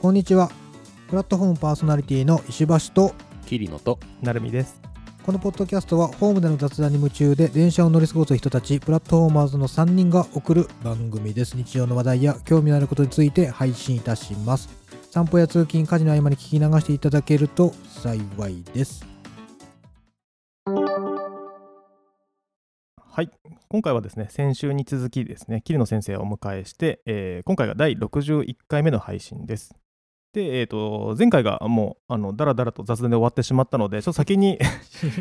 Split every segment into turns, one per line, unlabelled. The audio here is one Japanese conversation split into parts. こんにちはプラットフォームパーソナリティの石橋と
桐野と
なるみです。
このポッドキャストはホームでの雑談に夢中で電車を乗り過ごす人たちプラットフォーマーズの3人が送る番組です日常の話題や興味のあることについて配信いたします散歩や通勤家事の合間に聞き流していただけると幸いです
はい。今回はですね、先週に続きですね、桐野先生をお迎えして、えー今回が第61回目の配信です。で、えっ、と、前回がもう、あの、だらだらと雑談で終わってしまったので、ちょっと先に、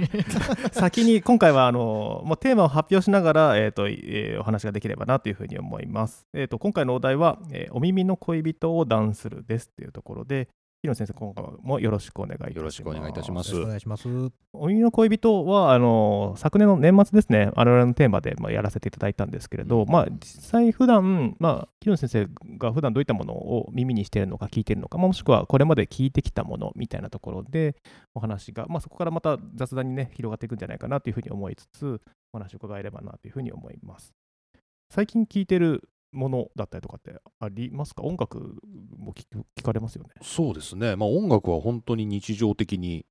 先に今回は、あの、もうテーマを発表しながら、えっ、と、えーお話ができればなというふうに思います。えっ、と、今回のお題は、えーお耳の恋人をダンするですというところで、桐野先生、今回もよろしくお願いいたします。
よろしくお願いいたしま
よ
す
ろしくお願いします
お耳の恋人はあの昨年の年末ですね、我々のテーマで、まあ、やらせていただいたんですけれど、まあ、実際、普段まあ木野先生が普段どういったものを耳にしているのか、聞いているのか、まあ、もしくはこれまで聞いてきたものみたいなところで、お話が、まあ、そこからまた雑談に、ね、広がっていくんじゃないかなというふうに思いつつ、お話を伺えればなというふうに思います。最近聞いてるものだったりとかってありますか音楽も聞く聞かれますよね。
そうですねまあ音楽は本当に日常的に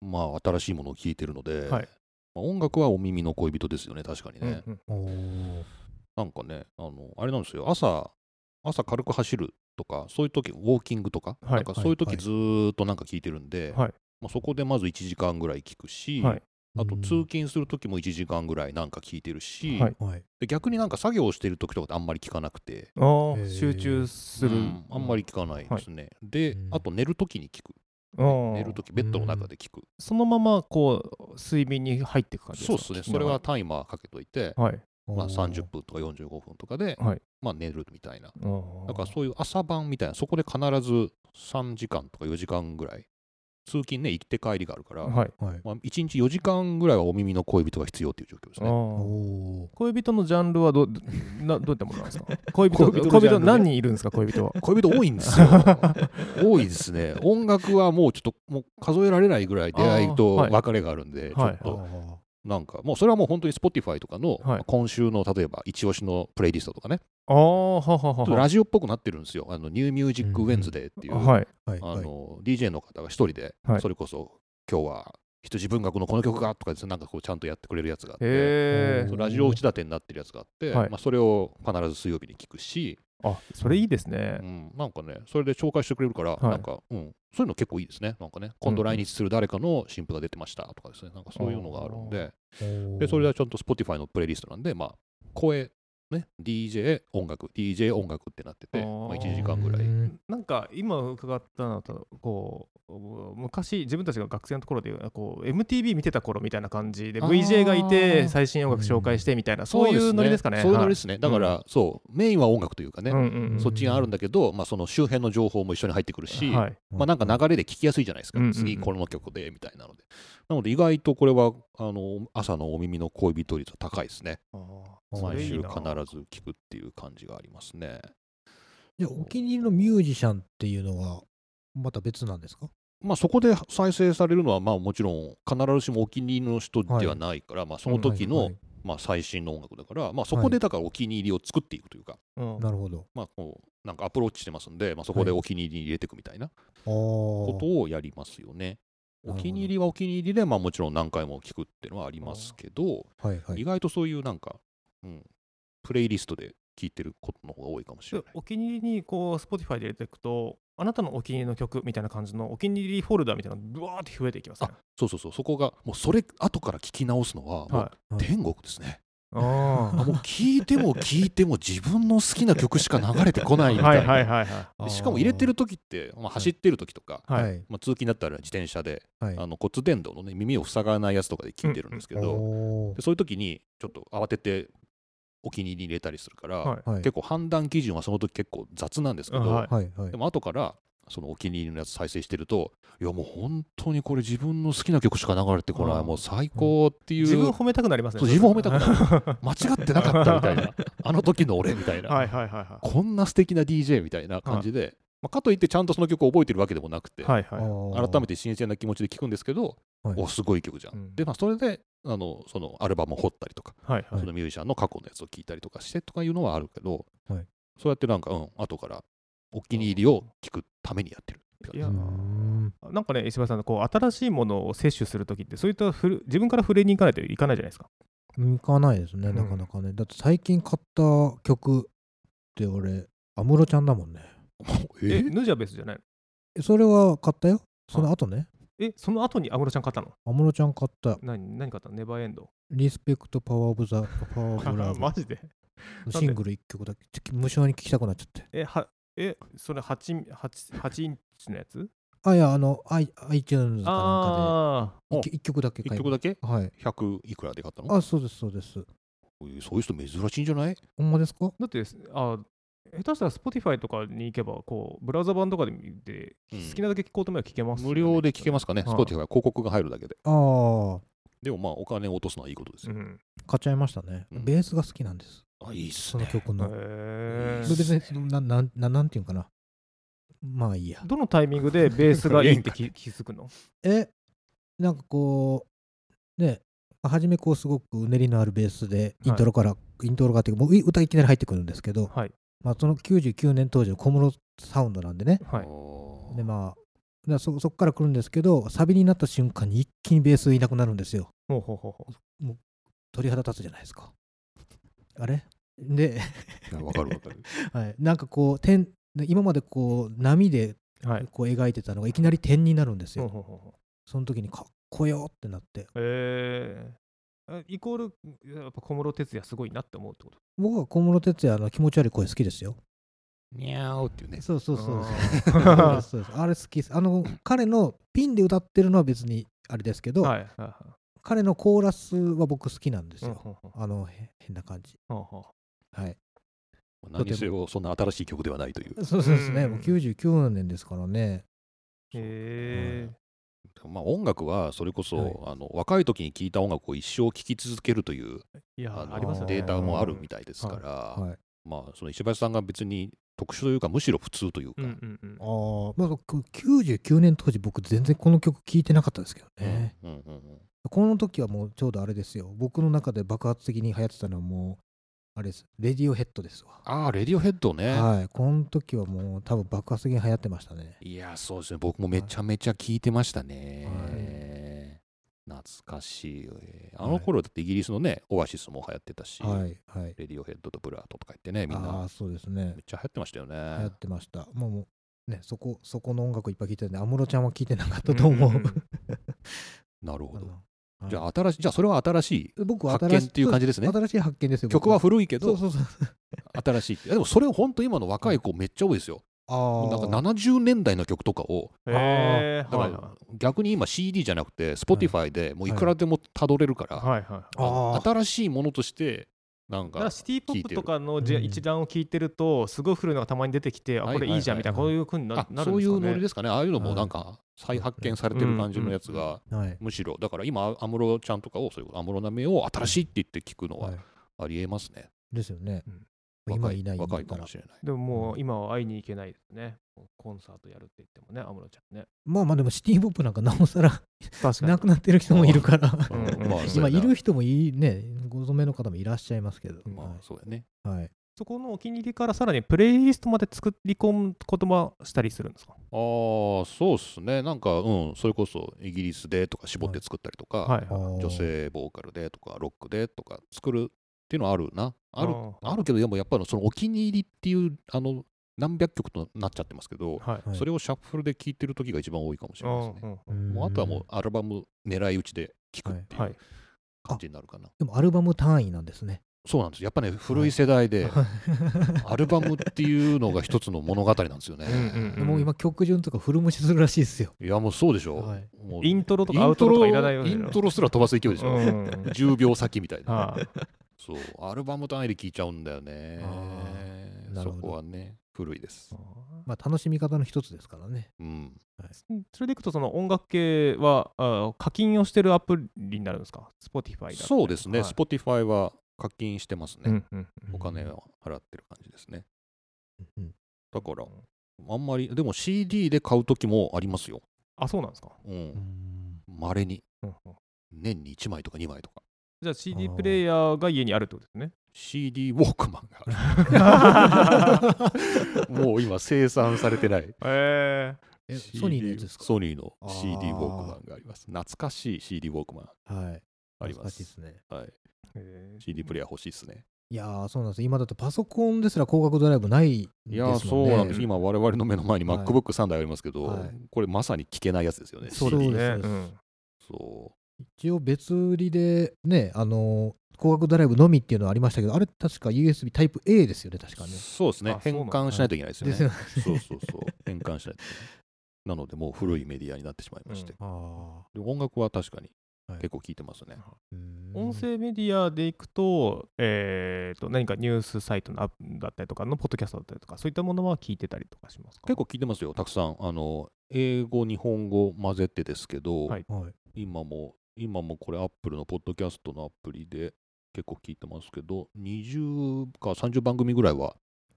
まあ新しいものを聴いてるので、
はい
まあ音楽はお耳の恋人ですよね確かにね、
うんうん
おー
なんかねあのあれなんですよ朝朝軽く走るとかそういう時ウォーキングとか,、
はい
なんかそういう
はい
時
はい
ずーっとなんか聴いてるんで、
はい
まあ、そこでまず1時間ぐらい聴くし、
はい
あと
うん
通勤する時も1時間ぐらいなんか聴いてるし、
はい
はい
で逆になんか作業してる時とかってあんまり聴かなくて、
あー
へー
集中する、
うんあんまり聞かないですね、で、
うん
あと寝るときに聞く、
うん
寝るときベッドの中で聞く、
そのままこう睡眠に入っていく感じです
そう
か
ですね
聞き
そ
な
れ
がら
はタイマーかけといて、
はい
まあ、
おー
30分とか45分とかで、
はい
まあ、寝るみたいなだ
だ
からそういう朝晩みたいなそこで必ず3時間とか4時間ぐらい通勤ね行って帰りがあるから、
はい
はい
まあ、1日4時間ぐらいはお耳の恋人が必要っていう状況です
あ
ね
ー
おー
恋人のジャンルはど うなどういったものなん ですか恋人恋恋人人のジャンル何人いるんですか恋人は
恋人多いんですよ 多いですね音楽はもうちょっともう数えられないぐらい出会いと
あーはい
別れがあるんで、
はい
ちょっと
あ
なんかもうそれはもう本当に Spotify とかの、
はい
今週の例えば一押しのプレイリストとかね
ああははは
ちょっとラジオっぽくなってるんですよあのニューミュージックウェンズデーっていう、
ははい
ーはい
あ
はい
の DJ の方が一人で、
はい
それこそ今日は羊文学のこの曲がとかですねなんかこうちゃんとやってくれるやつがあって
へ
そ
え
うラジオ仕立てになってるやつがあって、
はい
まあ、それを必ず水曜日に聞くし、
あそれいいですね
うん、なんかねそれで紹介してくれるから、
はい
なんか、うん、そういうの結構いいですねなんかね今度来日する誰かの新譜が出てましたとかですねなんかそういうのがあるんで、で、それはちゃんと Spotify のプレイリストなんで、まあ、声、ね、DJ 音楽、DJ 音楽ってなってて、
あ
まあ、
ー
1時間ぐらい。
なんか今伺ったのとこう昔自分たちが学生の頃でこう MTV 見てた頃みたいな感じで
あー
VJ がいて最新音楽紹介してみたいなそういうノリですかね
そういうノリで
は
すね。だから、そう、メインは音楽というか
い
ね、
うんうんうん
そっちがあるんだけど、まあ、その周辺の情報も一緒に入ってくるし、
はい
まあ、なんか流れで聞きやすいじゃないですか、
うんうんうん
次この曲でみたいなので。なので、意外とこれはあの朝のお耳の恋人率は高いですね。
そ
毎
れい
週
い
必ず聞くっていう感じがありますね。
じゃあお気に入りのミュージシャンっていうのはまた別なんですか
まあ、そこで再生されるのは、まあ、もちろん必ずしもお気に入りの人ではないから、まあ、その時の、
はいはい
まあ、最新の音楽だから、まあ、そこでだからお気に入りを作っていくというか、
うん
なるほど
まあ、こうなんかアプローチしてますんで、まあ、そこで
は
お気に入りに入れていくみたいなこ
こと
をやりますよね。
なる
お
ほど
気に入りはお気に入りで、まあ、もちろん何回も聞くっていうのはありますけど、
はいは
意
い。
外とそういうなんか、うん、プレイリストで聞いてることの方が多いかもしれ
で
ない。
お気に入りにこう Spotify で入れていくとあなたのお気に入りの曲みたいな感じのお気に入りフォルダみたいなのがブワーって増えていきますね。
そうそうそう、そこが、もうそれ、後から聞き直すのは、もう
はい、
天国で すね。
あ
あもう聞いても聞いても自分の好きな曲しか流れてこない
ー
みた
はいい
な。
はいはいは
でしかも入れてる時って、まあ、走ってる時とか、
い。はい。
い
まあ、通勤だったら自転車で、
はい
あの骨伝導のね耳を塞がないやつとかで聞いてるんですけど、
お
でそういう時にちょっと慌ててお気に入りに入れたりするから、
はい
ーはい
結構判断基準はその時結構雑なんですけど、
はい
はいはい
でも後からそのお気に入りのやつ再生してるといやもう本当にこれ自分の好きな曲しか流れてこな
あ
い
ー
もう最高っていう、
自分褒めたくなりますね。
そう自分褒めたく
な
なる間違ってなかったみたいなあの時の俺みたいな、
はいはいはいは
こんな素敵な DJ みたいな感じで、まあ、かといってちゃんとその曲を覚えてるわけでもなくて、
い。はいはい。
改め
て
て新鮮な気持ちで聴くんですけど、
はい
おすごい曲じゃん。
うん
で、まあ、それであのそのアルバムを掘ったりとか、
はいはい
そのミュージシャンの過去のやつを聴いたりとかしてとかいうのはあるけど、
はい
そうやってなんか、うん、後からお気に入りを聞くためにやってるっ
い
て感じで
や
す。
うん
なんかね、石破さん、こう新しいものを摂取するときって、そういったふる自分から触れに行かないといかないじゃないですか。
行かないですね、
うん
なかなかねだって最近買った曲って俺安室ちゃんだもんね
え、
え
ヌジャベスじゃないの
それは買ったよその後ね
え、その後に安室ちゃん買ったの
安室ちゃん買った
何何買ったのネバーエンド。
「リスペクトパワーオブザパワーオブ ラ
マジで
ブ」シングル1曲だけちょ無償に聴きたくなっちゃって
え、はえそれ 8, 8, 8インチのやつ
あいやあの i- iTunes かなんか
ああ。
で 1, 曲だけ
1
買い
曲だけ
はい
?100 いくらで買ったの
あそうですそうです
えーそういう人珍しいんじゃない
ほんまですか
だって、あ下手したら Spotify とかに行けば、こう、ブラウザ版とかで見て、
うん
好きなだけ聞こうと思えば聞けますよね、。
無料で聞けますすかね、
はい
Spotify は広告が入るだけで。
ああ
でもまあ、お金を落とすのはいいことです
う
よ。
ん。
買っちゃいましたね、
うん
ベースが好きなんです
あ、いいっす
その
ね。
曲の、
へ
うん
ー
別にそのななんななんていうんかなまあいいや
どのタイミングでベースがいいって 気気づくの
えなんかこうね初めこうすごくうねりのあるベースでイントロから、イントロがっていうかもうい歌いきなり入ってくるんですけど、
はい。
まあ、その99年当時の小室サウンドなんでね
はい。
おー
でまあだからそそこから来るんですけどサビになった瞬間に一気にベースいなくなるんですよ
ほうほうほうほう。
鳥肌立つじゃないですかあれで、
いやわかるわかる。
はい、なんかこう点今までこう波で
はい。
こう描いてたのがいきなり点になるんです
ほう
よ
ほうほうほう
その時にかっこよってなって
えーあイコール、やっぱ小室哲哉すごいなって思うってこと
僕は小室哲哉の気持ち悪い声好きですよ
にゃーおっていう ね。
そうそうそうそう
うん
そうですそうですあれ好きですあの彼のピンで歌ってるのは別にあれですけ ど、
はい。はいはい
彼のコーラスは僕好きなんです
うん
よ、
ほうほう
あのへ変な感じ
ほうほう
はい
何せよ、そんな新しい曲ではないという。
そうそうですね、
うん
もう99年ですからね
へえ。
まあ、音楽はそれこそ、
はい
あの若い時に聴いた音楽を一生聴き続けるという
いや
あ
ー、
の
ありますよね。
データもあるみたいですから、
はい
まあ、その石橋さんが別に特殊というかむしろ普通というか、
うんうんうん
あ。ーまあこ99年当時僕全然この曲聴いてなかったですけどね、
うんうんうん
この時はもうちょうどあれですよ僕の中で爆発的に流行ってたのはもうあれですレディオヘッドですわ
ああレディオヘッドね、
はいこの時はもう多分爆発的に流行ってましたね
い、やそうですね僕もめちゃめちゃ聴いてましたね、懐かしいあの頃だってイギリスのねオアシスも流行ってたし、
はいはい
レディオヘッドとブラートとか言ってねみん
ああ
な
ーそうですね
めっちゃ流行ってましたよ
流行
ね
ってました。もうもうね、そこ、そこの音楽いっぱい聴いてたんで、安室ちゃんは聴いてなかったと思う。
んんん
なるほど
あの
じゃあ新しいじゃあそれは新しい
僕は
発
新し
見っていう感じですね
そう新しい発見ですよ。
曲は
僕
古いけ
そう
ど
そうそう。
新しいっていやでもそれを本当今の若い子めっちゃ多いですよ
あ
なん
あ。
か70年代の曲とかを
へえ。
だ
はい
から逆に今 CD じゃなくて Spotify でもういくらでもたどれるから、
はいはい。
あの
あー
新しいものとしてなん
だから
か
シティポ
聞
ッ
いて
プ
る
とかのじ
うん
一覧を聞いてると、すごい古いのがたまに出てきて、あ、
はい
これいいじゃん
はい
みたいな、こういうふうにな
あ
なる
そ
ん
う
で
い
すか
うノリ
ね。
ですかねああいうの
は
も
い
なんか再発見されてる感じのやつが
はい。
むしろだから今安室ちゃんとかをそういう安室奈美恵を新しいって言って聞くの
は。
はいありえますね
ですよね
うん。
今
若
いないんだ
若い
か
からも。しれない
でももう今は会いに行けないですね。コンサートやるって言ってもね、安室ちゃんね。
まあまあでもシティポップなんかなおさら
確
なくなってる人もいるから。
うんうん
まあ そう
今
やない
る人もいいね、ご存命の方もいらっしゃいますけど。
うん
まあそうだね
はい。
そこのお気に入りからさらにプレイリストまで作り込むこともしたりするんですか
ああそうっすねなんかうんそれこそイギリスでとか絞って作ったりとか、
はい。はい
女
女。
性ボーカルでとかロックでとか作るっていうのはあるなある
あー
あるけどでもやっぱりそのお気に入りっていうあの何百曲となっちゃってますけど、
はい。
はい
それをシャッフルで聴いてる時が一番多いかもしれないですね、
うんうん
もうあとはもうアルバム狙い撃ちで聴くっていう
はい。
感じになるかな、
でもアルバム単位なんですね。
そうなんですやっぱね古い世 代でアルバムっていうのが一つの物語なんですよね、
でもう今曲順とか古虫するらしいですよ。
いやもうそうでしょ、
はい
もう
イントロとかアウトロとかいらないよね
イントロイントロすら飛ばす勢いでしょ、
うん
10秒先みたいな、
はい
そう、アルバム単位で聴いちゃうんだよね
あ。なる
そ
ほど
こはね、古いです。
まあ楽しみ方の一つですからね。
うん。
それでいくと、その音楽系はあ課金をしてるアプリになるんですか ?Spotify だったり
そうですね、
はい
Spotify は課金してます
う
ね。
んうんうん
お金を払ってる感じですね。
うん
だから、あんまり、でも CD で買うときもありますよ。
あ、そうなんですか。
う。
うんん
まれに、
うんうん
年に1枚とか2枚とか。
じゃあ CD プレイヤーが家にあるってことです ね。
CD ウォークマンがある もう今生産されてない
え
え
CD
ソニーのやつですか
ソニーの
あー
CD ウォークマンがあります懐かしい CD ウォークマン
はい
あり
懐
ま
かしい
す
ですね
はい、
え
CD プレイヤー欲しいですね
いやーそうなんです今だとパソコンですら光学ドライブない
いやー
です
そ
もん
う
ね
なんです、今我々の目の前に
はい
MacBook3 台ありますけど、
はい
これまさに聞けないやつですよね
そうです
CD
そうです
うん
そ
一応別売りでねあのー光学ドライブのみっていうのはありましたけどあれ確か USB タイプ A ですよね確か
う
ね
そうですね
あそう
変
なんだ
換しないといけないですよ
で
ね
すよね
そうそうそう変換しないといけないなのでもう古いメディアになってしまいまして、
あ
で音楽は確かに
はい
結構聞いてますね、
ーうーん
音声メディアでいくと,、えー、と、何かニュースサイトのアップだったりとかのポッドキャストだったりとか、そういったものは聞いてたりとかしますか
結構聞いてますよたくさんあの英語日本語混ぜてですけど、
はい
はい
今も今もこれアップルのポッドキャストのアプリで結構聞いてますけど20か30番組ぐらいは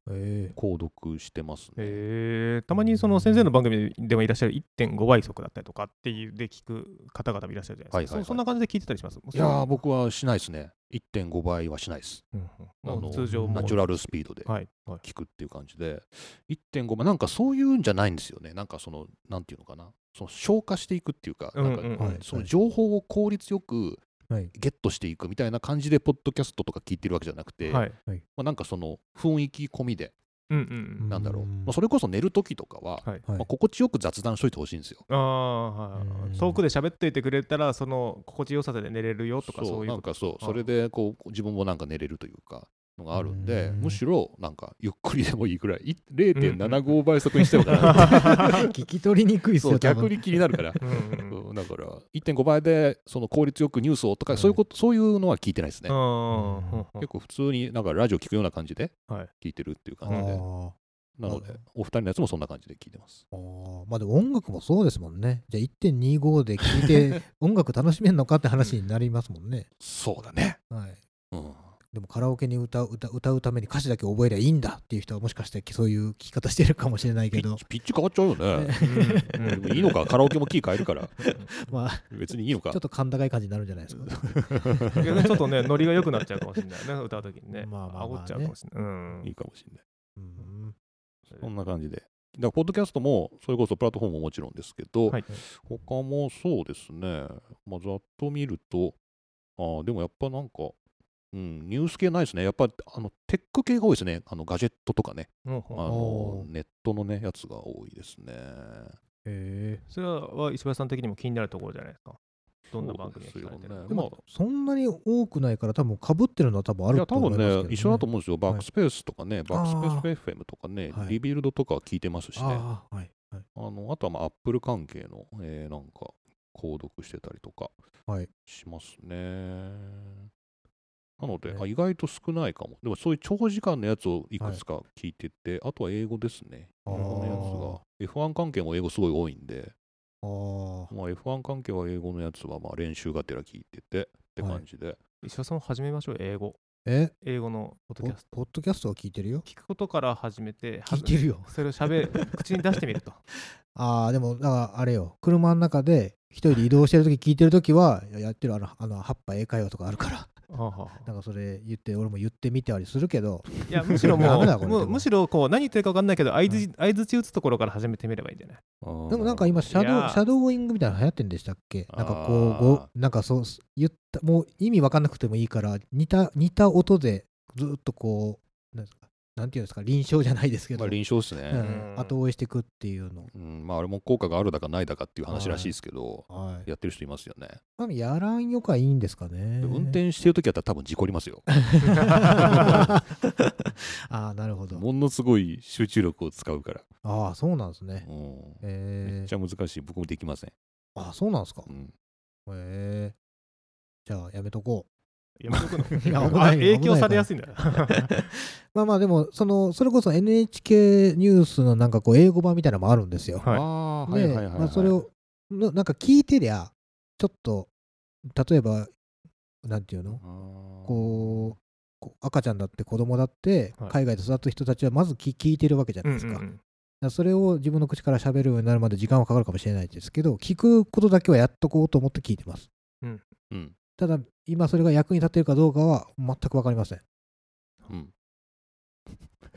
え
購読してますね、
えーたまにその先生の番組でもいらっしゃる1.5倍速だったりとかっていうで聞く方々もいらっしゃるじゃないですか、
はいはいはい
そそんな感じで聞いてたりします
いやー、僕はしないですね。1.5倍はしないです。
うんうん
あの
通常も
ナチュラルスピードで
はいはい
聞くっていう感じで、1.5倍、なんかそういうんじゃないんですよね。なんかその、なんていうのかな。その消化していくっていうか、
うんうん
なんか
はい
その情報を効率よく
はい
ゲットしていくみたいな感じで、ポッドキャストとか聞いてるわけじゃなくて、
は
ま
い
あなんかその雰囲気込みで、
うんうん
なんだろう、
うん
まあそれこそ寝るときとかは、
はい
はい
まあ 心地よく雑談しといてほしいんですよ。
ああー、は
うん
い、遠くで喋っていてくれたらその心地よさで寝れるよとかそういう
な
こ
ん
と
かそう
あー
それでこう自分もなんか寝れるというかのがあるんで
うん
むしろなんかゆっくりでもいいぐら いい0.75倍速にしてよかな、
聞き取りにくいです
そう
よ多分
逆に気になるから
うんうん
うんだから1.5倍でその効率よくニュースをとか、そういうことそういうのは聞いてないですね、
うん
結構普通になんかラジオ聞くような感じで
はい
聞いてるっていう
あ
感じで、
ー
な
な
ので
る
お二人のやつもそんな感じで聞いてます
あーまあでも音楽もそうですもんねじゃあ1.25で聞い て音楽楽しめんのかって話になりますもんね
そうだね
はい
うん
でもカラオケに歌う歌歌うために歌詞だけ覚えりゃいいんだっていう人はもしかしてそういう聞き方してるかもしれない
ピ
けど
ッチピッチ変わっちゃうよ ね
うん
でもいいのかカラオケもキー変えるから
まあ
別にいいのか
ちょっと甲高い感じになるんじゃないですか
い やちょっとねノリが良くなっちゃうかもしれないね歌う時にね
まあまあまあね
煽っちゃうかもしれない、うん
いいかもしれない
うん
そんな感じで。だからポッドキャストも、それこそプラットフォームももちろんですけど、
はい
他もそうですね、まあ、ざっと見ると、あーでもやっぱなんか、うん、ニュース系ないですね。やっぱあのテック系が多いですね。あのガジェットとかね、
うん
あ
お
の
ー
ネットのね、やつが多いですね。
へえ
それは石橋さん的にも気になるところじゃないですかどんな番組を
そう
聞
で
か
す
れてる
よね
のか。
で
まあ
もそんなに多くないから多分かぶってるのは多分あ
い
る
や
と
多
思い
分
ますけど、ね、
ね、一緒だと思うんですよ。バックスペースとかね、バックスペース FM とかね、
はい
リビルドとかは聞いてますしね。あ
ああはいはい
のあとはまあアップル関係の、えーなんか、購読してたりとか、
はい
しますね。なので、
ね
あ意外と少ないかも。でもそういう長時間のやつをいくつか聞いてて、あとは英語ですね。
あ
英
ー
語のやつが。F1 関係も英語すごい多いんで、
あー
まあ、F1 関係は英語のやつはまあ練習がてら聞いててって感じで、
石橋さん始めましょう英語
え
英語のポッド
ポ
キャス
ポッドキャストは聞いてるよ
ト聞くことから始めて
聞いてるよ
それをしゃべ口に出してみ ると
ああでもだからあれよ車の中で一人で移動してる時聞いてる時はやってるあのあの葉っぱ英会話とかあるからなんかそれ言って俺も言ってみたりするけど
いやむしろ
ダ
も
メだ
う
これ
む
でも
むしろこう何言ってるか分かんないけど相づ相づち打つところから始めてみればいいんじゃない
でもなんか今シャド
いや
ウシャドーイングみたいなの流行ってんでしたっけなんかこう
あー
ごなんかそう言ったもう意味わかんなくてもいいから似た似た音でずっとこうなんですかなんていうんですか臨床じゃないですけど、
まあ、臨床です
う
ね、
ん後追いしていくっていうの
うんまあ、あれも効果があるだかないだかっていう話らしいですけど、
はい
やってる人いますよね。
まあやらんよかいいんですかね
で運転してるときだったら多分事故りますよ。
ああなるほど
ものすごい集中力を使うから。
ああそうなんですね
うん
え
めっち
ー、
ゃ難しい。僕もできません。
ああそうなんですか
うん
えー、じゃあやめとこう
やめとくの
いや危ない
あ影響されやすい んだよ
まあまあでもそのそれこそ NHK ニュースのなんかこう英語版みたいなのもあるんですよ
はい
ああ、はい
で、
はいはい、はい
まあ、それをのなんか聞いてりゃちょっと例えばなんていうのこうこう赤ちゃんだって子供だって
はい
海外で育つ人たちはまず聞聞いてるわけじゃないですか,、
うんうん
それを自分の口から喋るようになるまで時間はかかるかもしれないですけど聞くことだけはやっとこうと思って聞いてます
うん。
ただ、今それが役に立っているかどうかは全く分かりません。
うん。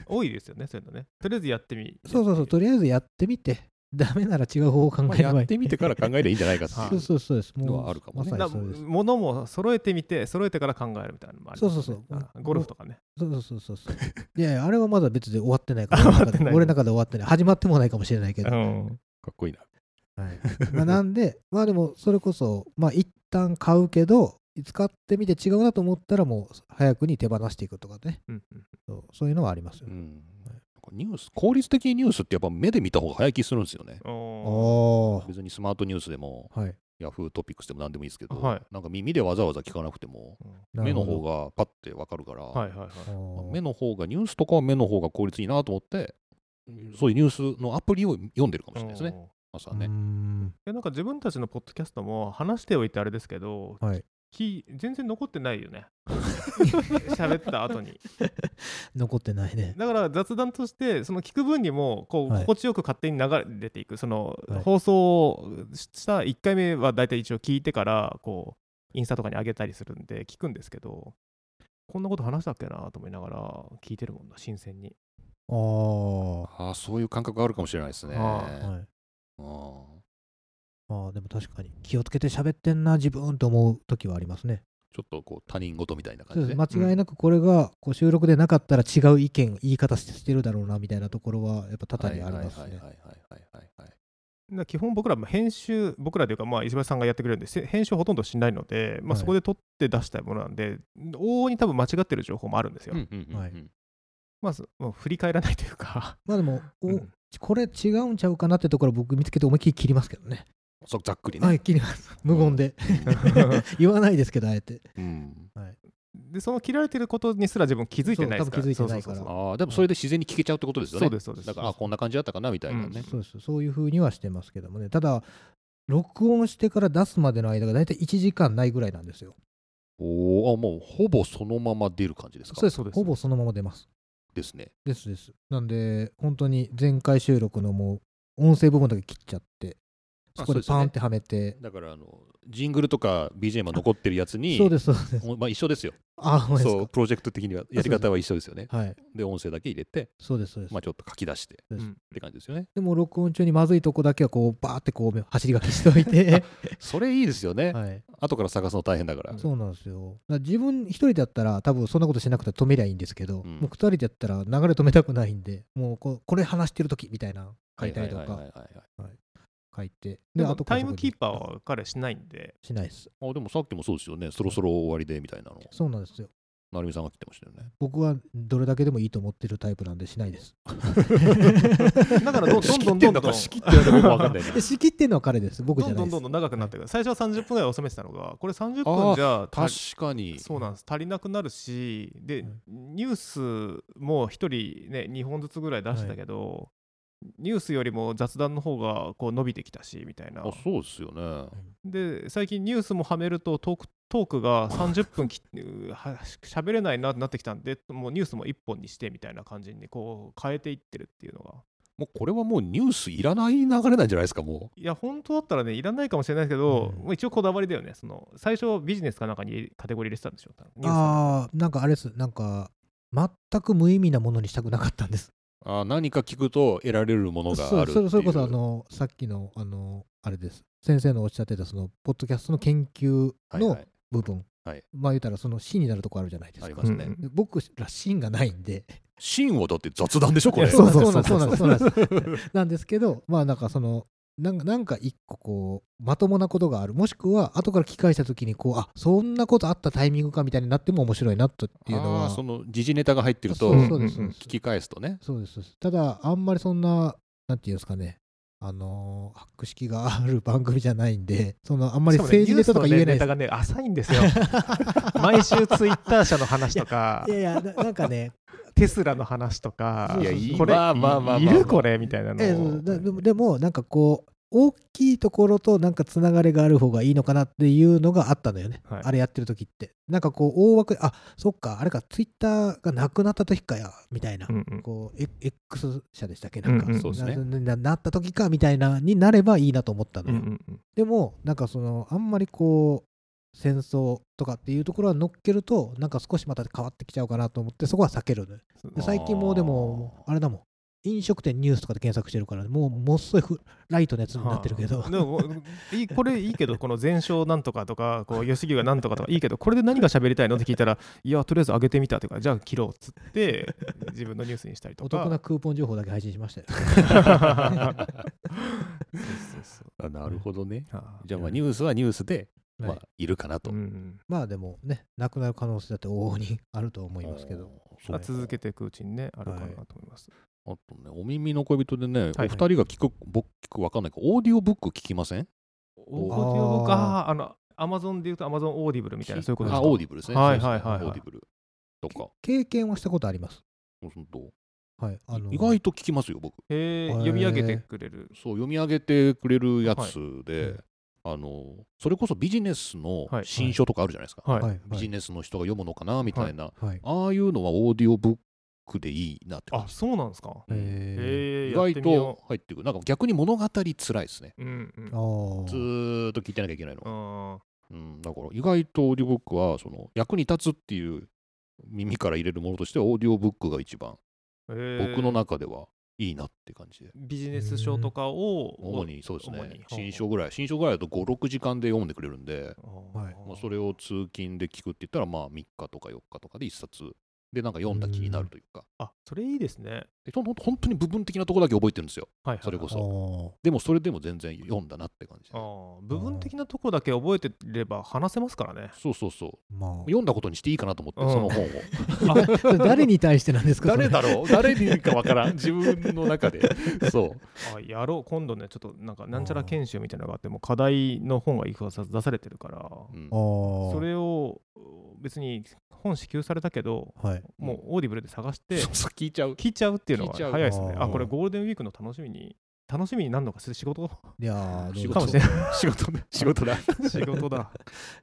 多いですよね、そういうのね。とりあえずやってみ。
そうそうそう、とりあえずやってみて、ダメなら違う方法を考
まあ
えれ
や
ばい
っ
い。
てみてから考えればいいんじゃないかって
は
そう
い
う。
そうそうです。
の
も
は
う
あるかもね
まさ
な
にそうです。
物も揃えてみて、揃えてから考えるみたいなのもありますよね
そうそうそう
あゴルフとかね。
そうそうそうそうそう。いやいや、あれはまだ別で終わってないから
終わってない
俺の中で終わってない。始まってもないかもしれないけど。
うん
かっこいいな。
はい、まあなんで、まあでも、それこそ、まあ一旦買うけど、使ってみて違うなと思ったら、もう早くに手放していくとかね、
うん
そうそういうのはありますよ
う
ね。
ん。なんかニュース、効率的にニュースってやっぱ目で見た方が早い気するんですよね。
うんおー
おー
別にスマートニュースでも、
はい。
ヤフートピックスでも何でもいいですけど、
はい
なんか耳でわざわざ聞かなくても、目の方がパッてわかるから、
はいはいはい。
まあ
が
目の方が、ニュースとかは目の方が効率いいなと思って、そういうニュースのアプリを読んでるかもしれないですね、
うん
朝ね。
いやなんか自分たちのポッドキャストも話しておいてあれですけど、
はい
き全然残ってない よね。喋った後に。
残ってないね。
だから雑談として、その聞く分にもこう、
はい
心地よく勝手に流れていく、その、
はい
放送をした1回目は大体一応聞いてから、こうインスタとかに上げたりするんで、聞くんですけど、こんなこと話したっけなと思いながら、聞いてるもんな、新鮮に。
ああ。は。
ああ、そういう感覚があるかもしれないですね。
はい
うん
ああ、でも確かに、気をつけて喋ってんな、自分と思う時はありますね。
ちょっとこう他人事みたいな
そ
感
う
じ
で。。
です
間違いなくこれが、こう収録でなかったら違う意見、言い方してるだろうな、みたいなところは、やっぱ多々にあります
はいは
ね
いは。いはいはいはい
だ
はい。
から基本僕らも編集、僕らというか、まあ、石橋さんがやってくれるんで、せ編集ほとんどしないので、ま
は
あ、
い
そこで撮って出したいものなんで、往々に多分間違ってる情報もあるんですよ。
うんうんうんうん
はい
まず、もう振り返らないというか、
まあでも、お
うん
これ違うんちゃうかなってところ僕見つけて思いっきり切りますけどね。
そうざっくりね。
はい、切ります。無言で。 言わないですけど、あえて。
うん
でその切られてることにすら自分気づいてないですか
そう多分
ら
気づいてないから
そうそうそう
ああ、でもそれで自然に聞けちゃうってことですよね。
そうですそうです
だから、あこんな感じだったかなみたいなね。
そうです。そういうふうにはしてますけどもね。ただ、録音してから出すまでの間が大体1時間ないぐらいなんですよ。
おお、あもうほぼそのまま出る感じですか。
そうです。
そうです
ほぼそのまま出ます。
ですね。
ですです。なんで、本当に前回収録のもう、音声部分だけ切っちゃって、
あ
そこ
そう
で
ですよ
パ
ね
ンってはめて。
だからあのジングルとか BGM が残ってるやつに、
そうです、そうです。
おまあ一緒ですよ。
あ、ほんまです
そうプロジェクト的にはやり方は一緒ですよね。
か。はい。
で音声だけ入れて、
そうです、そうです
まあ。ちょっと書き出して
そうです
うん
って感じですよね。
でも、録音中にまずいとこだけは、こう、バーってこう、走り書きしておいて。
それいいですよね。
はい。
後から探すの大変だから。
そうなんですよ。だから自分一人だったら、多分そんなことしなくて止めりゃいいんですけど、
うん
もう二人でやったら流れ止めたくないんで、もうここれ話してる時みたいな書いたりと
はいはいはい
か
はいはい
書いて、
で
か
も
ら
タイムキーパー
そこ
は彼しないんで、
でしないです。
あでもさっきもそうですよね、そろそろ終わりでみたいなの、
そうなんですよ。
なるみさんが来てましたよね。
僕はどれだけでもいいと思ってるタイプなんでしない です。
だからどどんどんどんどんどん
仕切ってんだか仕切ってんだかよくわかんない
で
な。
仕切ってんのは彼です。僕じ
ど
ゃ
ん
ない
ど
で
ん
す。
どんどん長くなってくる、最初は30分ぐらい収めてたのが、これ30分じゃ
確
足
かに。
そうなんです足りなくなるし、で、
はい
ニュースも1人、ね、2本ずつぐらい出したけど、ニュースよりも雑談の方がこう伸びてきたしみたいな
あ、そうですよね。
で最近ニュースもはめるとトークトークが30分きうーはしゃべれないなってなってきたんでもうニュースも1本にしてみたいな感じにこう変えていってるっていうのが
もうこれはもうニュースいらない流れなんじゃないですか、も
いや本当だったらねいらないかもしれないですけど、
うん
もう一応こだわりだよねその最初ビジネスかなんかにカテゴリー入れてたんでしょ多分ニュース
ああ、なんかあれです。なんか、全く無意味なものにしたくなかったんです。
う。あ何か聞くと得られるものが
そ
あ
う
るって
そ
いう。
れそれこそあのさっきのあのあれです先生のおっしゃってたそのポッドキャストの研究
はいは
の
い、
部分、
はい
まあ言うたらその芯になるとこあるじゃないですか
ありますね。
うん
で僕ら芯がないんで
芯はだって雑談でしょ、こ
い
れ。
やそう
なんですそうなんですそうなんですそうなんですなんですけどまあなんかそのなんかなんか一個こうまともなことがあるもしくは後から聞き返した時にこうあそんなことあったタイミングかみたいになっても面白いなとっていうの
あ
は
ーその時事ネタが入ってると、
そうそうです
うんうんう
そう
ん
です
聞き返すとね。
そうですそうです。ただ、あんまりそんな、なんていうんですかね、あのー、博識がある番組じゃないんで、そのあんまり
しかもね
政治ネタとか言えない
ニュース
で
の
す。
ねネタがね浅いんですよ毎週ツイッター社の話とか
いやいや、ななんかね、
テスラの話とか
そう
い
そうそ
や、
う
いい
これ
まあまあまあまあ。
いるこれみたいなのを
ええそうだでもでも、なんかこう、大きいところとなんかつながりがある方がいいのかなっていうのがあったのよね、
はい
あれやってる時って。なんかこう、大枠、あそっか、あれか、ツイッターがなくなった時かや、みたいな。
うんうん
こう、エ X 社でしたっけなんか、
うんうん
そうですね
なななった時かみたいなになればいいなと思ったの
う
よ
んうんうん
でもなんかそのあんまりこ戦争とかっていうところは乗っけるとなんか少しまた変わってきちゃうかなと思ってそこは避けるのよで最近もうでもあれだもん飲食店ニュースとかで検索してるからもうもっそいふライトのやつになってるけど、
でもいいこれいいけど、この全勝なんとかとか、こう吉木がなんと かとかいいけど、これで何が喋りたいのって聞いたら、いや、とりあえず上げてみたというか、じゃあ切ろうっつって、 自分のニュースにしたり と
お
か。
得なクーポン情報だけ配信しま したよ
そうそう
あなるほどね。
そう
じゃあ、まあ、ニュースはニュースで、ま
はい
あ、いるかなと。
うん
まあでもねなくなる可能性だって往々にあると思いますけど
あー。
ま
そ
あ
う
続けていくうちにね、あるかなと思います。
あとね、お耳の恋人でね、
はい
お二人が聞く、僕聞くわかんないけど、オーディオブック聞きません
オーディオブックあーあの、アマゾンで言うと、アマゾンオーディブルみたいな、そういうことです
あ、
か。
オーディブルですね。
はいはいはいはい
そうですねオーディブルとか。
経験はしたことあります
そうすると
はいあの
意外と聞きますよ、僕。
へー
へー
呼び上げてくれる。
そう、読み上げてくれるやつで、あの、それこそビジネスの
はい
新書とかあるじゃないですか。
はい
は
はい
ビジネスの人が読むのかなみたいな、
はい
ああいうのはオーディオブックでいいなっ
い。
て感
あ、
じ
そうなんですか。
うん
え
へー
意
やっ
外
てみよ
と入ってくるなんか逆に物語つらいですね
ううんうん
ー、あ
ず
ー
ーっと聞いてなきゃいけないの、
あ
うん、だから意外とオーディオブックはその役に立つっていう耳から入れるものとしてはオーディオブックが一番
ー
僕の中ではいいなって感じで
ビジネス書とかを
主にそうです
主に
ね新書ぐらい新書ぐらいだと56時間で読んでくれるんで、
はい
まあ、それを通勤で聞くって言ったらまあ3日とか4日とかで1冊でなんか読んだ気になるというか
あそれいいですね
でほんと本当に部分的なところだけ覚えてるんですよ
はいはいはい
それこ
あ
そ
ー
でもそれでも全然読んだなって感じ
あー部分的なとこだけ覚えてれば話せます からね
そうそうそう
ま
読んだことにしていいかなと思って、
うん
その本を
あそれ 誰に対してなんですかそれ
誰だろう誰にかわから ん自分の中でそう
あやろう今度ねちょっとなんかなんちゃら研修みたいなのがあってもう課題の本がいくつか出されてるから、
うん
あー
それを別に本支給されたけど
はい
もうオーディブルで探して
そうそう聞いちゃう
聞いちゃうっていうのが
聞いちゃう
早いですねあ
うん
これゴールデンウィークの楽しみに楽しみになるのか仕事
いやー
仕事
かもしれない
仕事だ 仕事だ
仕事だま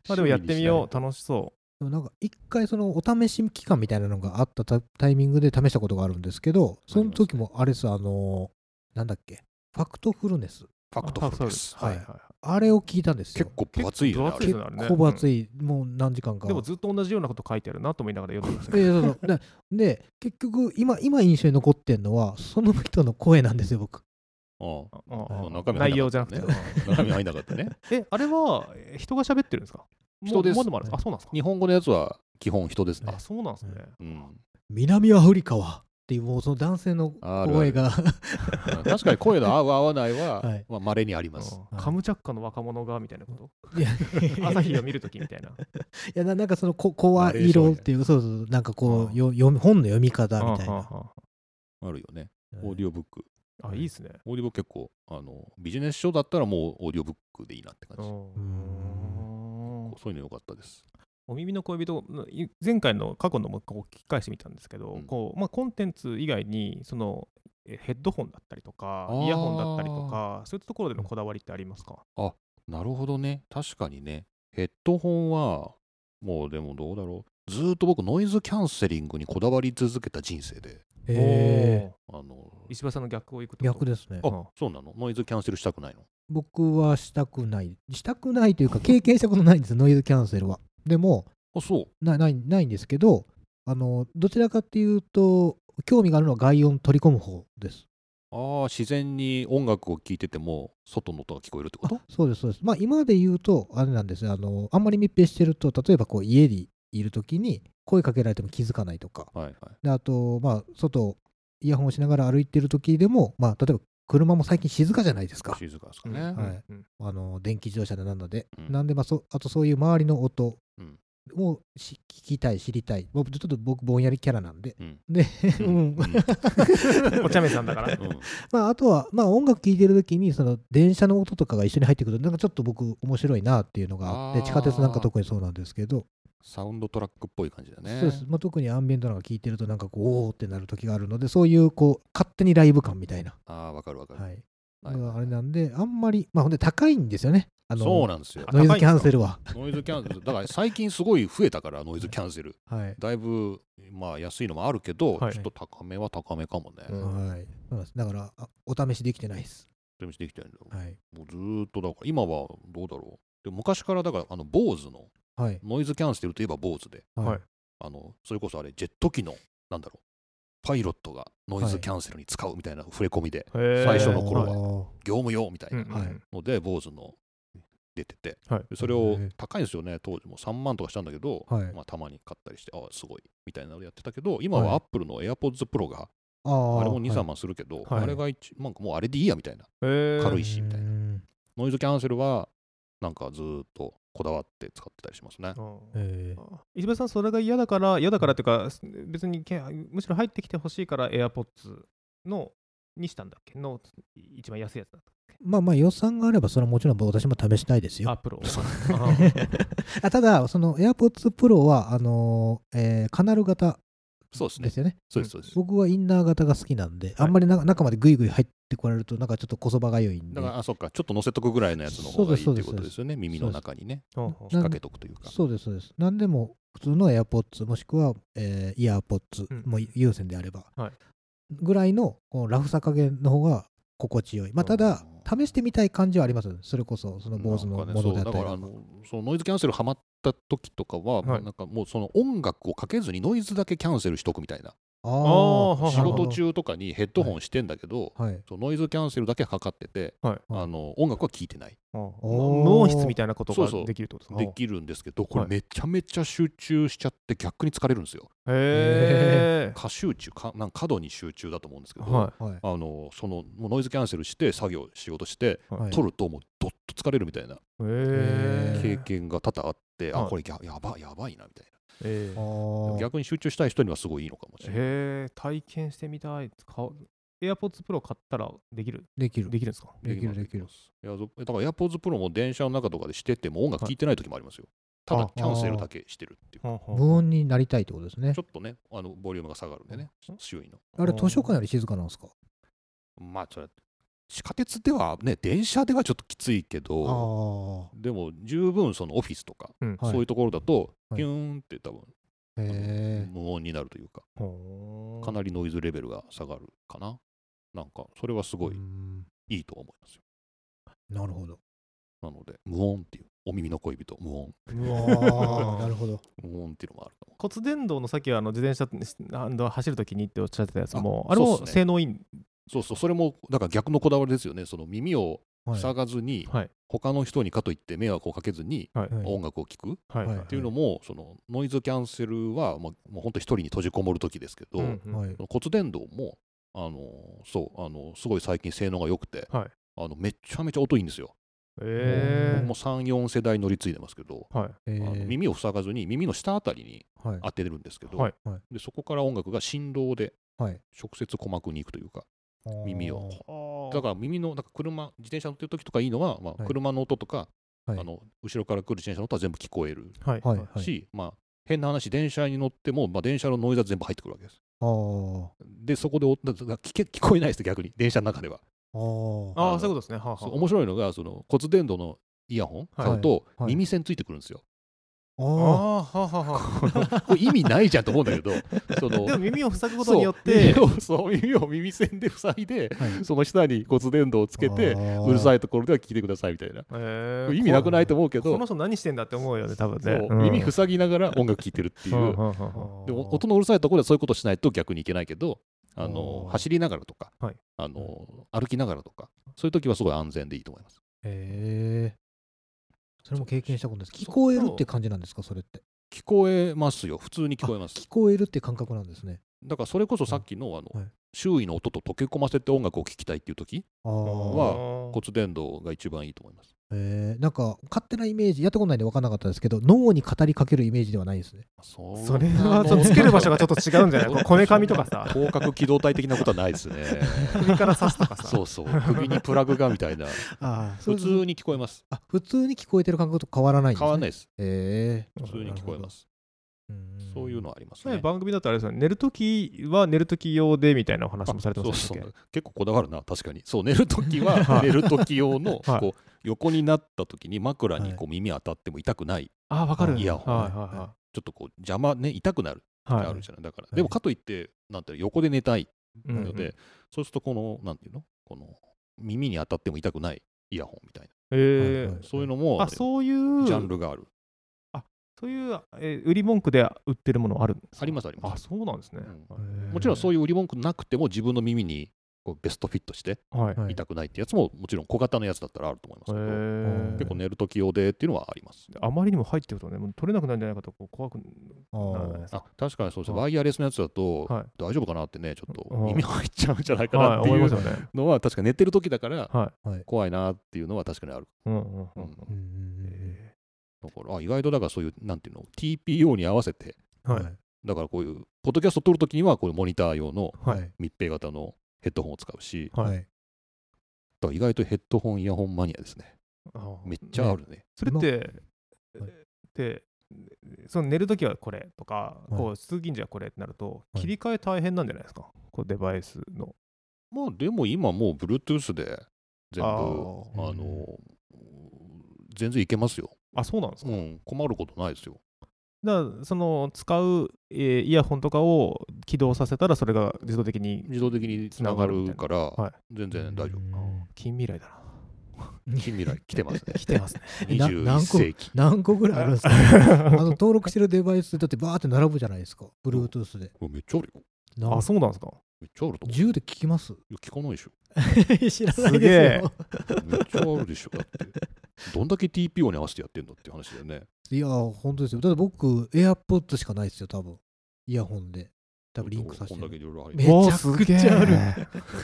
あでもやってみ よう楽しそ
でもなんか一回そのお試し期間みたいなのがあったタタイミングで試したことがあるんですけどその時もあれですあのーなんだっけファクトフルネス
フ
う
ァクトフルです
はい
は
はいい
あれを聞いたんですよ
結構分厚いよねあ
結
れ
構分厚いですね
結構分厚
あれね
い、もう何時間か
でもずっと同じようなこと書いてあるなと思いながら読んでました
ええ
けど。
そうそうでで結局今今印象に残ってんのはその人の声なんですよ僕
うん
ああ
中身
内容じゃなくて
ね。中身入んなか ったね
え、あれはえ人が喋ってるんですか
人です
もうものもあるあ、そうなんですか
日本語のやつは基本人ですね
あ、そうなんですね。
うん、
南アフリカはっていうもうその男性の
あるある
声が
確かに声の 合う合わないは、
はい
まあ稀にあります。
あカムチャッカの若者が みたいな こ
いや
と 朝日を見るときみたいな。
いやななんかそのこ声色っていうそうそうなんかこうよ読み本の読み方みたいな
あ
あるよね。
うん
オーディオブック。
あああいいですね。
オーディオブック結構あのビジネス書だったらもうオーディオブックでいいなって感
う
じ。
ん
そういうの良かったです。
お耳の恋人、い前回の過去のもこう聞き返してみたんですけど、
うん
こうまあ、コンテンツ以外にそのえヘッドホンだったりとか
あー
イヤホンだったりとかそういったところでのこだわりってありますか
なるほどね。確かにね。ヘッドホンはもうでもどうだろう。ずーっと僕ノイズキャンセリングにこだわり続けた人生で。
え
あの
おー石破さんの逆をいく
え
と
逆ですね
あ、
うん
そうなのノイズキャンセルしたくないの
僕はしたくないしたくないというか経験したことないんですよノイズキャンセルはでも
あ、そう。
なないないんですけどあのどちらかっていうと興味があるのは外音取り込む方です
ああ、自然に音楽を聴いてても外の音が聞こえるってこと
あそうですそうですまあ今で言うとあれなんですよあのあんまり密閉してると例えばこう家にいる時に声かけられても気づかないとか
はいはい。
であとまあ外イヤホンをしながら歩いてる時でもまあ例えば車も最近静かじゃないですか
静かですか
うん
ね。
はい
うん
あの電気自動車でなんだで、
うん
なんで、まあ、そあとそういう周りの音
うん
をし聞きたい知りたい僕ちょっと僕ぼんやりキャラなんで
うん
で、
う
うんん
お茶目さんだから。
うん
まあ、あとは、まあ、音楽聴いてる時にその電車の音とかが一緒に入ってくるとなんかちょっと僕面白いなっていうのがあって
あー
地下鉄なんか特にそうなんですけど、
サウンドトラックっぽい感じだね。
そうですまあ、特にアンビエントなんか聴いてるとなんかこうおーってなる時があるのでそういうこう勝手にライブ感みたいな、
ああ、わかるわかる。
はい
はい
のがあれなんであんまり、まあ、ほんで高いんですよねあの
そうなんですよ。
ノイズキャンセルは。
ノイズキャンセル。だから最近すごい増えたから、ノイズキャンセル。
はい
だいぶ、まあ、安いのもあるけど、
はい
ちょっと高めは高めかもね。
うん
はい、そうなんですだからあお試しできてないです。
でもできてるんだよ。
はい、
もうずーっとだから、今はどうだろで昔からだからあの坊主の
はい。
ノイズキャンセルといえば坊主で
はい
あのそれこそあれジェット機のなんだろうパイロットがノイズキャンセルに使うみたいな触れ込みで、最初の頃は
は。
業務用みたいな
はい
ので坊主の出てて、
はい
でそれ
へ
を
え
高いんですよね当時も3万とかしたんだけど、
はい
まあ、たまに買ったりしてああすごいみたいなのでやってたけど今は
はい
アップルの AirPods Pro が
ああ
あれも23
三
万するけど、
はい
あれが一なんかもうあれでいいやみたいな軽いしみたいな
な。
ノイズキャンセルはなんかずーっとこだわって使ってたりしますね
ええ。
あ石橋さん、それが嫌だから、嫌だからっていうか、す別にけむしろ入ってきてほしいから、AirPods のにしたんだっけの一番安いやつだっ
まあまあ予算があれば、それはもちろん私も試したいです
た。ア
よ。
ップルを。
あただ、その AirPods Pro は、あのー、えーカナル型
そうですね
ですよね。
そうですそうです、
僕はインナー型が好きなんで、あんまりな中までぐいぐい入ってこられると、なんかちょっとこそばがゆいんで
だ。からあそっかちょっと乗せとくぐらいのやつの方がいいって
そうで
い
すそ
うこ
うです
とですよね耳の中にね
うん
引っ掛けとくというか
そうです、そうです。何でも普通の AirPods もしくは、えー、イヤーポッツ
うん
もう有線であれば、
はい
ぐらいのこのラフさ加減の方が心地よい。まあ、ただ、
うん
試してみたい感じはあります。それこそ、その坊主の
なん
も
か
ので
ね、そ
あった
うだ
り
からあのそのノイズキャンセルはまった時とかは、
はい
なんかもうその音楽をかけずにノイズだけキャンセルしとくみたいな
あー
あー
仕
なるほど
事。中とかにヘッドホンしてんだけど、
はい。
そのノイズキャンセルだけかかってて、
はい
あの音楽は聴いてない
うん
おー
脳質みたいなこと
そ
が
うそう
できるってことですか
できるんですけどこれ
はい
めちゃめちゃ集中しちゃって逆に疲れるんですよ
へ
過集中かなん過度に集中だと思うんですけ
ー
ど、
は
はい。
あのそのもうノイズキャンセルして作業仕事して、
は
はい
撮るともうどっと疲れるみたいない
へー
経験が多々あって、
は
あ
い
これややばやばいなみたい
へ
あ
ー
な
ー
逆に集中したい人にはすごいいいのかもしれない
へー体験してみたい買う AirPods Pro 買ったらできる
できる。
できるんですか
できる
ます
できる
ますいやぞだから AirPods Pro も電車の中とかでしてても音楽
はい
聴いてない時もありますよ、
あ
ただキャンセルだけしてるっていう
はあはあ
無音になりたいってことですね
ちょ。っとねあのボリュームが下がるんでね周囲の
あれ、図書館より静かなんですか
まあそれ地下鉄ではね電車ではちょっときついけ
ああ
ど
ー。
でも十分そのオフィスとか、
うん
はい
そういうところだと、
はい
ピューンって多分
へ
無音になるというか
ほー
かなりノイズレベルが下がるかななんかそれはす
え。
ご
う
い
ん
いいと思いますよ
なるほど。
なので無音っていうお耳の恋人無音
う
あ
わ
あ、
ー
なるほど。
無音っていうのもあると思う
骨伝導のさっきあの自転車あの走るときにっておっしゃってたやつも
あ
あれ
そうっす
も
ね
性能いいん
そうそうそれもだから逆のこだわりですよねその耳を
はい
塞がずに、
はい
他の人にかといって迷惑をかけずに
はい
はい
音楽を聴くっ
はい
はい
はい
ていうのも、そのノイズキャンセルは、まあ、もう本当一人に閉じこもる時ですけど、
うんうん
はい
その骨伝導もあのそうあのすごい最近性能が良くて、
はい
あのめちゃめちゃ音いいんですよ、
え
うん
もう34世代乗り継いでますけど、
ーはい
へ
あの
ー
耳を塞がずに耳の下あたりに
はい。
当てれるんですけど、
はい
は
でそこから音楽が振動で
はい
直接鼓膜に行くというか耳を
だ
だから耳のだから車自転車乗ってる時とかいいのは、ま
は
あ、
い
車の音とか、
はい
あの後ろから来る自転車の音は全部聞こえる
らはい
はい
はい
はい。
し、まあ、変な話電車に乗っても、まあ、電車のノイズは全部入ってくるわけです
あー
でそこでおだだ聞け聞こえないです逆に電車の中では
あー
ああそういうことですねはあはあ
そう面白いのがその骨伝導のイヤホン買うと、
はい
耳栓ついてくるんですよ、
あ
ああはあはあはあ
これ意味ないじゃんと思うんだ けどそ の
でも耳を塞ぐこと
そう
によって
耳をそう耳を耳栓で塞いで
ーはい
その下に骨伝導 をつけてうるさ
い
いところでは聞いてくださいみたいな
え ー
意味なくないと思うけ
こ
ど
の人何してんだって思うよね多分
そ
ね
う耳塞ぎながら音楽聴いてるっていうでも音のうるさいところではそういうことしないと逆にいけないけどあ
お
の
ー
走りながらとか
はい
あの歩きながらとかそういう時はすごい安全でいいと思います。
へえそれも経験したことです聞こえるって感じなんですかそれって
聞こえますよ普通に聞こえま
聞
す
こえるって感覚なんですね
だからそれこそさっきのあの、
はい
周囲の音と溶け込ませて音楽を聴きたいっていう時
ああ
は骨伝導が一番いいと思います。
えーなんか勝手なイメージやったことないんで分かんなかったですけど脳に語りかけるイメージではないですね
そ
それはちょっとつける場所がちょっと違 うんじゃないこうこめかみとかさ
広角機動体的なことはないです ね
首から刺すとかさ
そうそう首にプラグがみ たいな
あ
普通に聞こえます
あ普通に聞こえてる感覚と変わらないんです、ね、
変わらない
い
です
ええ
普通に聞こえますそういうのはあります
ね
ね
番組だとあれですよね寝るときは寝るとき用でみたいなお話もされてました
そ
っ
う
け
そう結構こだわるな確かにそう寝るときは
はい
寝るとき用の
はい
こう横になったときに枕にこう耳当たっても痛くない
ああわかる
イヤホン
はいは
ちょっとこう邪魔ね痛くなる
いはい
あ
は
る
い
じゃないだから
い
でもかといってなんていうの横で寝たい
うんうん
のでそうするとこのなんていうのこの耳に当たっても痛くないイヤホンみたい
え
はいはい
そういうのも
あ、そういう、
ジャンルがある。
そういう、えー売り文句で売ってるものあるんですか
ありますありま
あ、
す。
そうなんですね。
もちろんそう
い
いう売り文句なくても自分の耳にこうベストフィットして
う、はい。
はい
痛くないってやつももちろん小型のやつだったらあると思います
え
けど、
ー
結構寝る時用でっていうのはあります。
あまりにも入ってるとね、もう取れなくなるんじゃないかとこう怖く
あ
ならない
ー
ですか。
あ確かにそうですね、
はい
ワイヤレスのやつだと、
はい
大丈夫かなってね、ちょっと
うん
耳入っちゃうんじゃないか
はい、
なって
思い
い
ます
う
よね。
のは、確か寝てる時だから、
は
はい
怖いなっていうのは確かにある。
い。うんうんうん。
うん
うんうんうん
え
だからあ意外とだからそういう、なんていうの、TPO に合わせて、
ーはい。
だからこういう、ポッドキャスト撮るときには、こういうモニター用の
はい。
密閉型のヘッドホンを使うし、
はい
はい
だから意外とヘッドホン、イヤホンマニアですね。
あー
めっちゃあ
ね
るね。
それって、
はい
で、その寝るときはこれとか、
はい
こう通勤時はこれってなると、
い
切り替え大変なんじゃないですか、こうデバイスの。
まあでも今もう Bluetooth で全部、あ
あ
ー
の、全然いけますよ。
あ、そうなんですか。
うん、困ることないですよ。
だから、その使う、えーイヤホンとかを起動させたら、それが自動的に、
自動的につながるから、
はい
全然大丈
うん
夫。
近未来だ
近未来来 てますね
な。。来てますね。
えな
21
何個
世紀。
何個ぐらいあるんですか あの登録してるデバイスだってバーって並ぶじゃないですか Bluetooth で
うわめっちゃあるよ。
な
あ、そうなんですか。
めっちゃあると思う。い
10で聞きます
や聞かないでしょ。
知らないですよ
めっちゃあるでしょ。だって。 どんだけ TPO に合わせてやってんだっていう話だよね。
いや本当ですよだって僕 AirPods しかないですよ多分イヤホンで多分リンクさせ
こんだけ
て
いろいろあり
めちゃくちゃある
わあ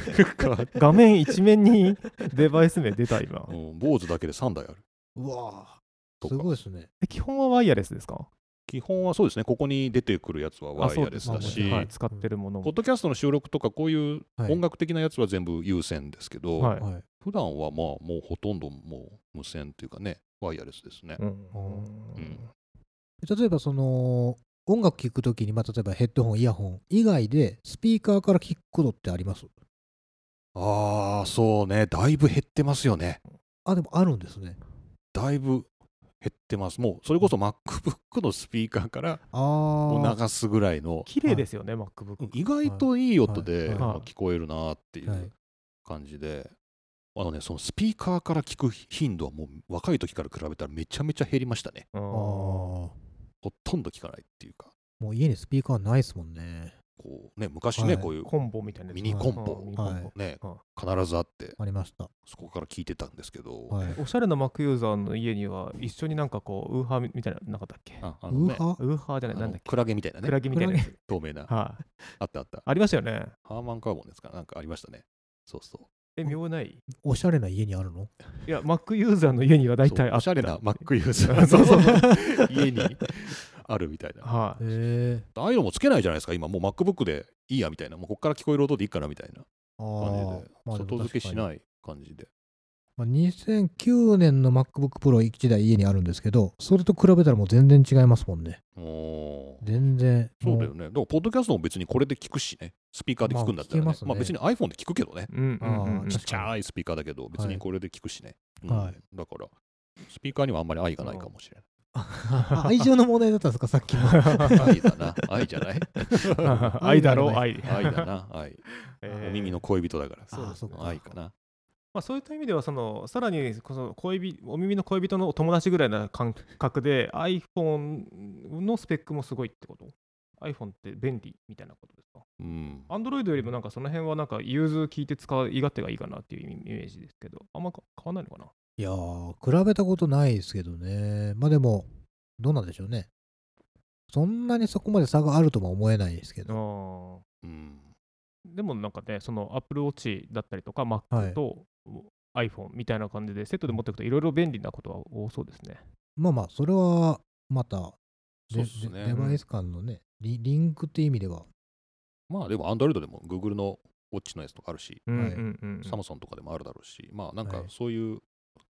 すげえ
か
画面一面にデバイス名出た、今
う。ん、坊主だけで3台ある。
うわ
と
ー
か
すごいですね
え基本はワイヤレスですか
基本はそうですね、ここに出てくるやつはワイヤレス
あそ
だ
うです
し、
ねはい、使ってるもの
ポッ
も。
ドキャストの収録とか、こういう
はい
音楽的なやつは全部有線ですけど、
はい
はい
普段はまあもうほとんどもう無線というかね、ワイヤレスですね。
うん
うん
例えばその音楽聴くときに、まあ、例えばヘッドホンイヤホン以外でスピーカーから聞くことってあります
ああ、そうね、だいぶ減ってますよね。
あでもあるんですね
だいぶ減ってます。もうそれこそ MacBook のスピーカーから
あ
を
ー
流すぐらいの、
綺麗ですよね、MacBook。
意外といい音
はいは
で
い
まあ聞こえるなってい
は
う
い
感じで。あのね、そのスピーカーから聞く頻度はもう若い時から比べたらめちゃめちゃ減りましたね。
あ
あーも
ほとんど聞かないっていうか、
う家にスピーカーないですもんね
こうね、昔ね、
はい
こういう
コンボみたいなやつ
ミニコンポ
うんミニコンポ
ね
は、
必ずあって、
ありました
そこから聞いてたんですけど、
はい
おしゃれな Mac ユーザーの家には一緒になんかこうウーハーみたいなのなかったっけ
ああの
ウ
ね
ー、ハ
ウーハーじゃ
あ
ないなんだっ
の
け
クラゲみたいな
ク
ね、
ラゲみたいなやつ
透明な、
はい
あったあった、
ありましたよね
ハーマンカーボンですか、なんかありましたね、そうそう。
え妙ない
おしゃれな家にあるの
いや Mac ユーザーの家には大体
そう
あ
お
っ
しゃ
た
れな Mac ユーザ ー
そうそう
の家にあるみたいな。
はい
へえ
ああいうのもつけないじゃないですか、今、もう MacBook でいいやみたいな、もうここから聞こえる音でいいからみたいな
あ
感
ー
じで、
まあでも
外付けし
確かに
ない感じで。
まあ、2009年の MacBook Pro1 台家にあるんですけどそれと比べたらもう全然違いますもんね
おー
全然
そうだよ
も
ね。だから、ポッドキャストも別にこれで聞くしね、スピーカーで聞くんだったら、ね
まあ
まあ
聞けますね
別に iPhone で聞くけどね、
うんうんうんうん
あー
ちっちゃいスピーカーだけど、別
は
に
い
これで聞くしね。うん
はい
だから、スピーカーにはあんまり愛がないかもしれ
あ愛情の問題だったんですかさっき の
ない。愛だな、愛じゃない。
愛だろう愛
愛だな、愛。お耳の恋人だから。
そうです
ねあーそっか
愛かな。
まあ、そういった意味ではそのさらにこの恋人お耳の恋人のお友達ぐらいな感覚で iPhone のスペックもすごいってこと iPhone って便利みたいなことですか
うん。
Android よりもなんかその辺はなんか融通聞いて使い勝手がいいかなっていうイメージですけどあんま変わんないのかない
やー比べたことないですけどねまあでもどうなんでしょうねそんなにそこまで差があるとも思えないですけ
あ
ど
ー
うん
でもなんかねその Apple Watch だったりとか
はい
Mac と iPhone みたいな感じでセットで持っていくといろいろ便利なことは多そうですね
まあまあそれはまた
そう
デ
っす
デデバイ
ね。
ス間のねリリンクっていう意味では
まあでも、Android でも Google の Watch のやつとかあるし、
うん
はい
うんうん
サムソンとかでもあるだろうし、まあなんか
はい
そういう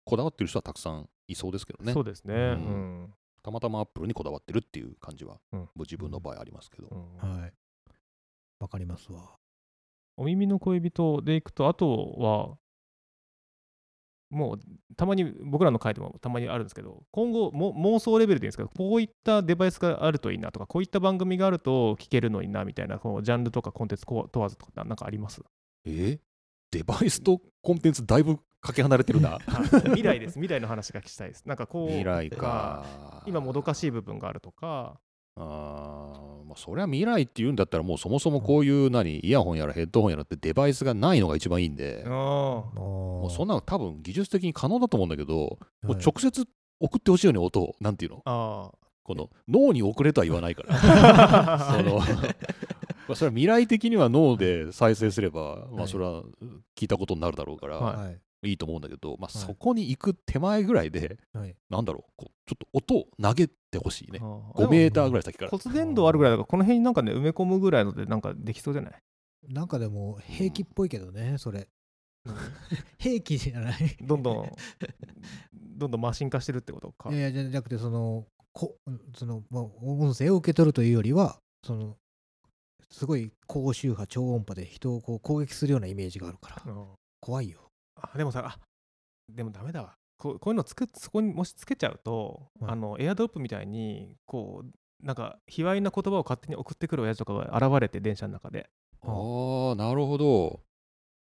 こだわってる人はたくさんいそうですけどね
そ。うですね、
んたまたま Apple にこだわってるっていう感じは、
うん
もう自分の場合ありますけど
う。んうん
はいわかりますわ
お耳の恋人でいくと、あとは、もうたまに僕らの回でもたまにあるんですけど、今後も妄想レベルでいいんですけど、こういったデバイスがあるといいなとか、こういった番組があると聞けるのになみたいな、こうジャンルとかコンテンツこう問わずとか、なんかあります
えデバイスとコンテンツだいぶかけ離れてるな
未来です未来の話が聞きたいですなんかこう
未来か
今もどかしい部分があるとか
あーまあそりゃ未来っていうんだったらもうそもそもこういう何イヤホンやらヘッドホンやらってデバイスがないのが一番いいんで
あ
も
もうそんなの多分技術的に可能だと思うんだけどもう
はい
直接送ってほしいよね音をなんていうの
あ
この脳に送れとは言わないから そのまあそれは未来的には脳で再生すれば、ま
は
あ、
い
それは聞いたことになるだろうから、
はい
はい
い、いと思うんだけど、ま
は
あ、
い
そこに行く手前ぐらいで、
はい
なんだろうこうちょっと音を投げてほ しいね5
ん
メーターぐらい先から
骨伝導あるぐらいだからこの辺になんかね埋め込むぐらいのでなんかできそうじゃない
なんかでも兵器っぽいけどねそれ 兵器じゃない
どんどんどんどんマシン化してるってことか
いやいやじゃなくてそのこその、まあ、音声を受け取るというよりはそのすごい高周波超音波で人をこう攻撃するようなイメージがあるから
うん
怖いよ
あでもさあでもダメだわこうこういうのつくそこにもしつけちゃうと、
はい
あのエアドロップみたいにこうなんか卑猥な言葉を勝手に送ってくる親父とかが現れて電車の中で
あーなるほど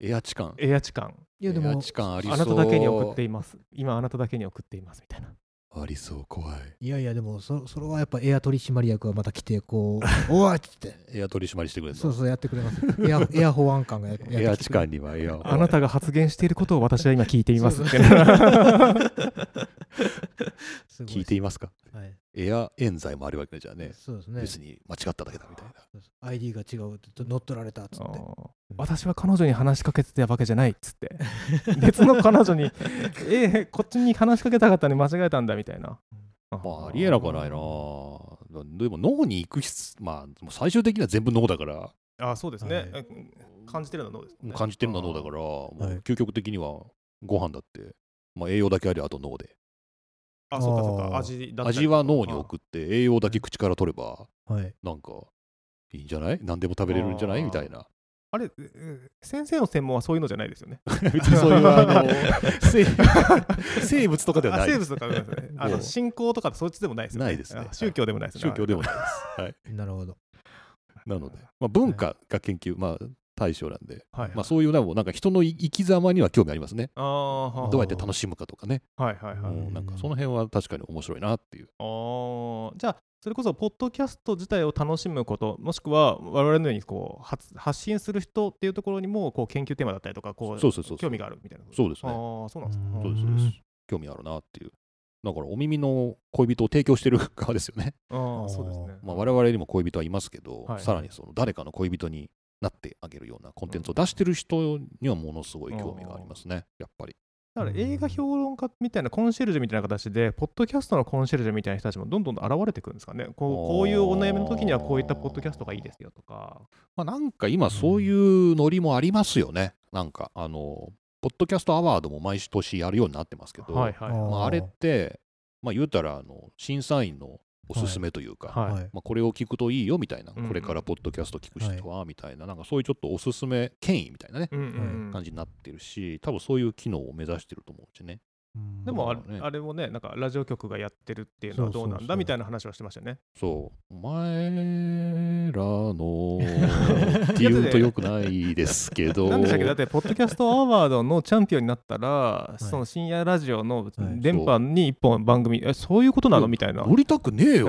エアチ感
エア痴漢
いやで
エア
も
チ感ありそう
あなただけに送っています今あなただけに送っていますみたいな
ありそう怖い
いやいやでもそそれはやっぱエア取締役がまた来てこ うおわっつって
エア取り締まりしてくれるの
そうそうやってくれますエ アエア保安官がやって
エ
やっ
ア
てき
チ
てくれる
感にはエア
あなたが発言していることを私は今聞いています
そう
み
そ
た
う
いな
すご
聞いていますか
はい
エア冤罪もあるわけじゃね
そうですね
別に間違っただけだみたいな
ID が違うって乗っ取られたっつ
あ
って
ー私は彼女に話しかけてたわけじゃないっつって別の彼 女に「えーこっちに話しかけたかったのに間違えたんだ」みたいな、
まあ、ありえなくはないなでも脳に行く必まあもう最終的には全部脳だから
あそうですね、
はい
え感じてるのはどうですね
感じてるのは脳だからもう
はい
究極的にはご飯だって、まあ、栄養だけありゃあと脳で
あそうかそうか
あー
味だったり
味は脳に送って栄養だけ口から取れば
はい
なんかいいんじゃない何でも食べれるんじゃない
あー
みたいな
あれえー先生の専門はそういうのじゃないですよね
別にそういう あの生 生物とかではな
あ
い
生物とかではないですねあ
も
の
う
信仰とかそっちでもないですよね
ないですね
あ宗教でもないですね
宗教でもないです、 はい、
なるほど
なので、まあ、文化が研究、まあ、対象なんで、
はい、
まあ、そういうのもなんか人の生き様には興味ありますね
あーはあ
どうやって楽しむかとかね
はいはいはい、
うん
もうなんかその辺は確かに面白いなっていう。
ああ、じゃあ、それこそ、ポッドキャスト自体を楽しむこと、もしくは、我々のようにこう発発信する人っていうところにも、こう研究テーマだったりとか、こう
そうそうそうそう
興味があるみたいなこと。
そうです
あ
ね
あ、そうなんですか。
うん
そうですそうです。興味あるなっていう。だからお耳の恋人を提供してる側ですよね。
ああ、そうですね。
まあ、我々にも恋人はいますけど、
はい
さらにその誰かの恋人になってあげるようなコンテンツを出してる人にはものすごい興味がありますね、やっぱり。
だから映画評論家みたいなコンシェルジュみたいな形で、ポッドキャストのコンシェルジュみたいな人たちもどんどん現れてくるんですかね。こうこういうお悩みの時には、こういったポッドキャストがいいですよとか。
まあ、なんか今そういうノリもありますよね。なんかあの、ポッドキャストアワードも毎年やるようになってますけど、
はいはい。
あ
まあ、あれって、まあ、言うたらあの審査員のおすすめというか、
はい
はい
まあ、これを聞くといいよみたいな、
うん
これからポッドキャスト聞く人はみたいな、なんかそういうちょっとおすすめ権威みたいなね、
うんうんうん
感じになってるし、多分そういう機能を目指してると思うしね。
うん
でもあ
そうだ
れ、
ね
あれもね、なんかラジオ局がやってるっていうのはどうなん
そうそうそ
だ
う
みたいな話はしてましたよね。
そう、お前 らのって言うとよくないですけど、
なんでしたっけだって、ポッドキャストアワードのチャンピオンになったら、
い
その深夜ラジオの
い
電波に一本番組、えそういうことなの
うん
みたいな。
乗りたくねえ よ。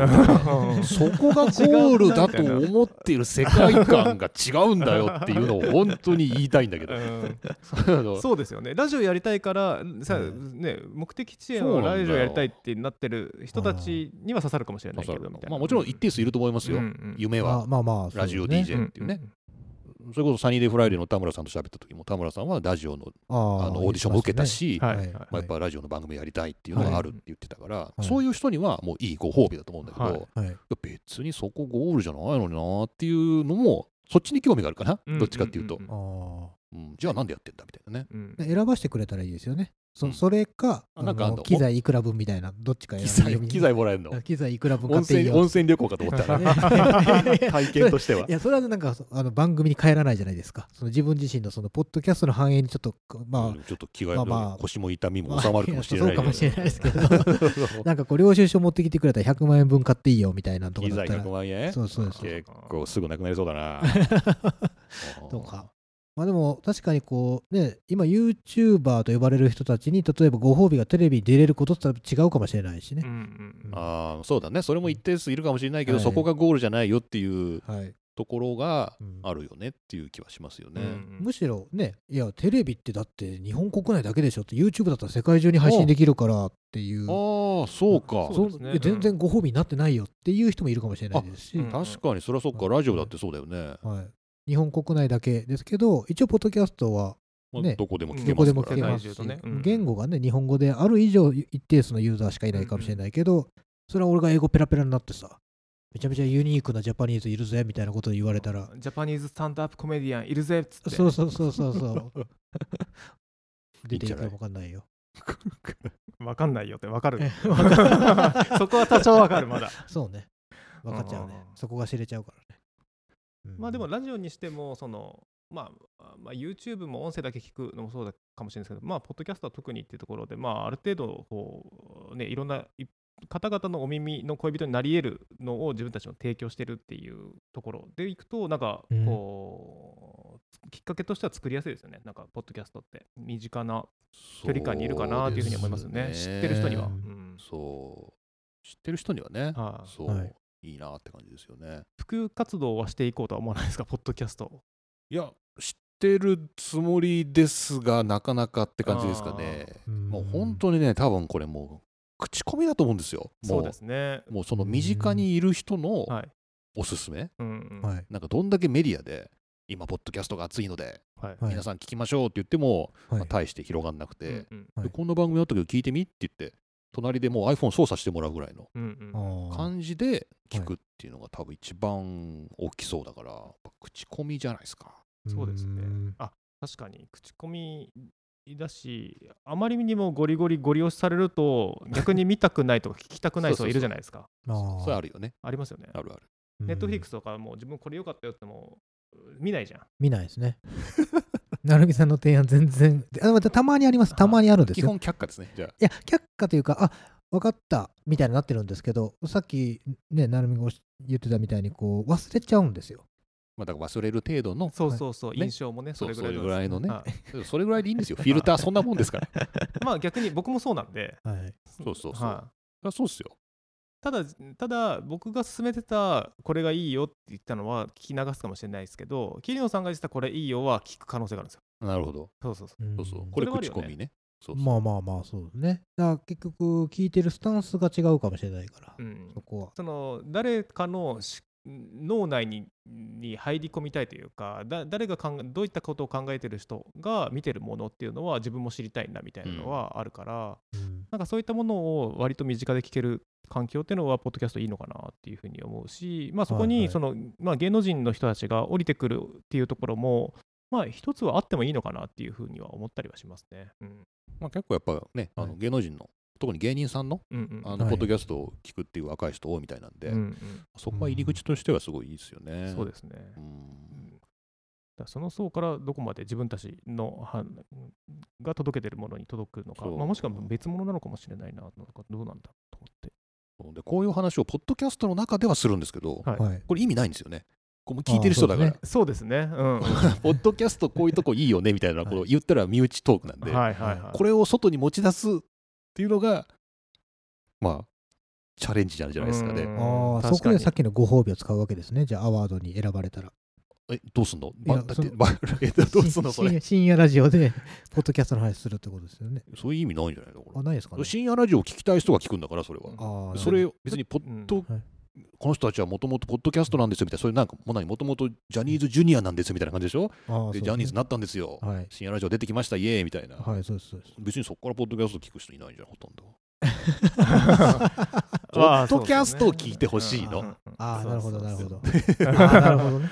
そこがゴールだと思っている世界観が違うんだよっていうのを本当に言いたいんだけ
う
ど。
ん
あの
そうですよねラジオやりたいからさ、
うん
ね、目的地へ
そ
の
うなんだよ
ラジオやりたいってなってる人たちには刺さるかもしれな
まあ
い
そ
け
う
どみたいな、
まあ、もちろん一定数いると思いますよ、
うんうん
夢
まあ
は。
まあまあ
ラジオ
そうですね
DJ っていうね、それこそサニーデイフライデーの田村さんと喋った時も田村さんはラジオの
あ
あの
の
オーディションも受けたし
はい
はい
はい
まあ、やっぱラジオの番組やりたいっていうのがあるって言ってたから、
い
そういう人にはもういいご褒美だと思うんだけど、
はい
い
はい
や別にそこゴールじゃないのになっていうのもそっちに興味があるかな、
うん
どっちかっていうと、
ん
あー
うんじゃあなんでやってんだみたいなね
うん
で選ばしてくれたらいいですよねそ,、
うん
それか
あなんかあん
の
の
機材いくら分みたいなどっちか
機
選んで
材
み
機材もらえるの
あ機材いくら分買
温
っていい
泉
よ
温 泉旅行かと思ったら体験としてはい
やそれはなんかそあの番組に帰らないじゃないですかその自分自身のそのポッドキャストの反映にちょっと
う
ま
んちょっと気が、
まあまあ
腰も痛み
あ、
も
まあ
収まるかもしれ
や
な
そう
い
かもしれないです けど
れ
なんかこう領収書持ってきてくれたら100万円分買っていいよみたいなとこ
機
だっ
材
たら
100万円
そうそうそう
結構すぐなくなりそうだな
とかまあでも確かにこうね、今 YouTuber と呼ばれる人たちに、例えばご褒美がテレビに出れることって多分違うかもしれないしね
う。ん
あーそうだねそれも一定数いるかもしれないけど、
はい
そこがゴールじゃないよっていう
はい。
ところが
うん
あるよねっていう気はしますよ
う
ね。
ん
むしろね、いや、テレビってだって日本国内だけでしょって、YouTube だったら世界中に配信できるからっていう、
ああそうか
そうですね
え全然ご褒美になってないよっていう人もいるかもしれないですし、
あうん
確かにそりゃそっかラジオだってそうだよね、
はい、日本国内だけですけど、一応、ポッドキャストは
まあ
ね
どこでも聞け
ど
ま
こ
す
で
か
も
ら
聞け
ね
ます
どこ世界中
し
とねうん
言語がね、日本語である以上、一定数のユーザーしかいないかもしれないけど、それは俺が英語ペラペラになってさ、めちゃめちゃユニークなジャパニーズいるぜみたいなことを言われたら、
ジャパニーズスタンドアップコメディアンいるぜっつって。
そうそうそうそう そう。出ていいかわかんないよ。。
わかんないよってわかる
わか
そこは多少わかる、まだ。
そうね。分かっちゃうね
う。ん
そこが知れちゃうからね。うん
まあでも、ラジオにしても、その、まあ、まあ、YouTube も音声だけ聞くのもそうだかもしれないですけど、まあ、ポッドキャストは特にっていうところで、まあ、ある程度、こう、ね、いろんない方々のお耳の恋人になり得るのを自分たちも提供してるっていうところでいくと、なんか
うん、
こう、きっかけとしては作りやすいですよね。なんか、ポッドキャストって、身近な距
そう
離感にいるかなっていうふうに思いますよね。
です
知ってる人には。
う
うんん
そう知ってる人にはね
はい
そう、
はい
い、いなって感じですよね
普及活動はしていこうとは思わないですか、ポッドキャストを。
いや知ってるつもりですがなかなかって感じですかね
うん
もう本当にね多分これもう口コミだと思うんですよも
そううですね。
もうその身近にいる人の
はい。
おすすめ、
うんうん
はい。
なんかどんだけメディアで今ポッドキャストが熱いので
はい
はい
皆さん聞きましょうって言っても、
はい
まあ、大して広がんなくて、
うん
はい
でこんな番組あったけど聞いてみって言って隣でもう iPhone 操作してもらうぐらいの
うんうん
あー
感じで聞くっていうのが多分一番大きそうだから、やっぱ口コミじゃないですか。
そうですね
ん
あ確かに口コミだしあまりにもゴリゴリゴリ押しされると逆に見たくないとか聞きたくない人がいるじゃないですか
あー
それあるよね。
ありますよね
あるある。
うん
ネットフリックスとかもう自分これ良かったよっても見ないじゃん
見ないですね。 なるみさんの提案全然あまたたまにありますたまにあるんです
基
よ。
本却下ですね。じゃあ。
いや、却下というか、あ分かったみたいになってるんですけど、さっきね、なるみがおっし言ってたみたいに、こう、忘れちゃうんですよ。
まあ、だから忘れる程度の、
そうそうそう
ね
印象もねそ
そう
れぐ
そ
らい
れ
の
ぐらいのね、
は
それぐらいでいいんですよ。フィルターそんなもんですから。
いまあ逆に僕もそうなんで
はい。
そうそうそう。
はい
あそうっすよ。
ただただ僕が勧めてたこれがいいよって言ったのは聞き流すかもしれないですけど桐野さんが言ってたこれいいよは聞く可能性があるんですよ
なるほど。
そうそうそう
そうそう。
ん
これ
それはある
口
よ
コ
ね
ミね。そうそう
まあまあまあ、そうですね。だから結局、聞いてるスタンスが違うかもしれないから、
うん
そこは。
その誰かのし脳内にに入り込みたいというかだ誰が考えどういったことを考えてる人が見てるものっていうのは自分も知りたいなみたいなのはあるから、
うん
なんかそういったものを割と身近で聞ける環境っていうのはポッドキャストいいのかなっていうふうに思うし、まあ、そこ
はいは
に
い
その、まあ、芸能人の人たちが降りてくるっていうところも、まあ、一つはあってもいいのかなっていうふうには思ったりはしますね。うん
まあ、結構やっぱね、あ
は
の
い
芸能人の、特に芸人さんの
うんうん
あ
は
の
い
ポッドキャストを聞くっていう若い人多いみたいなんで、
うん
そこは入り口としてはすごいいいですよね。
うんそうですね。
うん
だからその層からどこまで自分たちのはが届けてるものに届くのか、
そう
まあ、もしくは別物なのかもしれないな、なんかどうなんだろうと思って。
そうでこういう話をポッドキャストの中ではするんですけど、
はい
はい。
これ意味ないんですよね。こうもう聞いてる人だから、
あーそ
そうですね。うん。は
ポッドキャストこういうとこいいよねみたいなことを言ったら身内トークなん
い
で、
はいはい。
これを外に持ち出すっていうのが、まあ、チャレンジなんじゃないですか
うん
ね。
ああ、
確かに
そこでさっきのご褒美を使うわけですね。じゃあ、アワードに選ばれたら。
え、どうすんの
いや
ばだって
その
ば え どう すんの
深
それ。
夜深夜ラジオで、ポッドキャストの話するってことですよね。
そういう意味ないんじゃないのこ
あ、ないですか
れ。
ね。
深夜ラジオを聞きたい人が聞くんだから、それは。
ああ、
それ別にポッド、
うんはい
この人たちはもともとポッドキャストなんですよみたいな、それなんかもう何もともとジャニーズジュニアなんですみたいな感じでしょ
あー、そうで
で
すね
ジャニーズになったんですよ、
はい。
深夜ラジオ出てきましたイエーイみたいな、
はい、そうです。そうです
別にそこからポッドキャスト聞く人いないじゃんほとんどポ
ま
ッ
あそうです
ド
ね
キャストを聞いてほしいの、
うんうんうん
ああ、なるほど、なるほ。
そう
ど。
そうそう
あーなるほどね。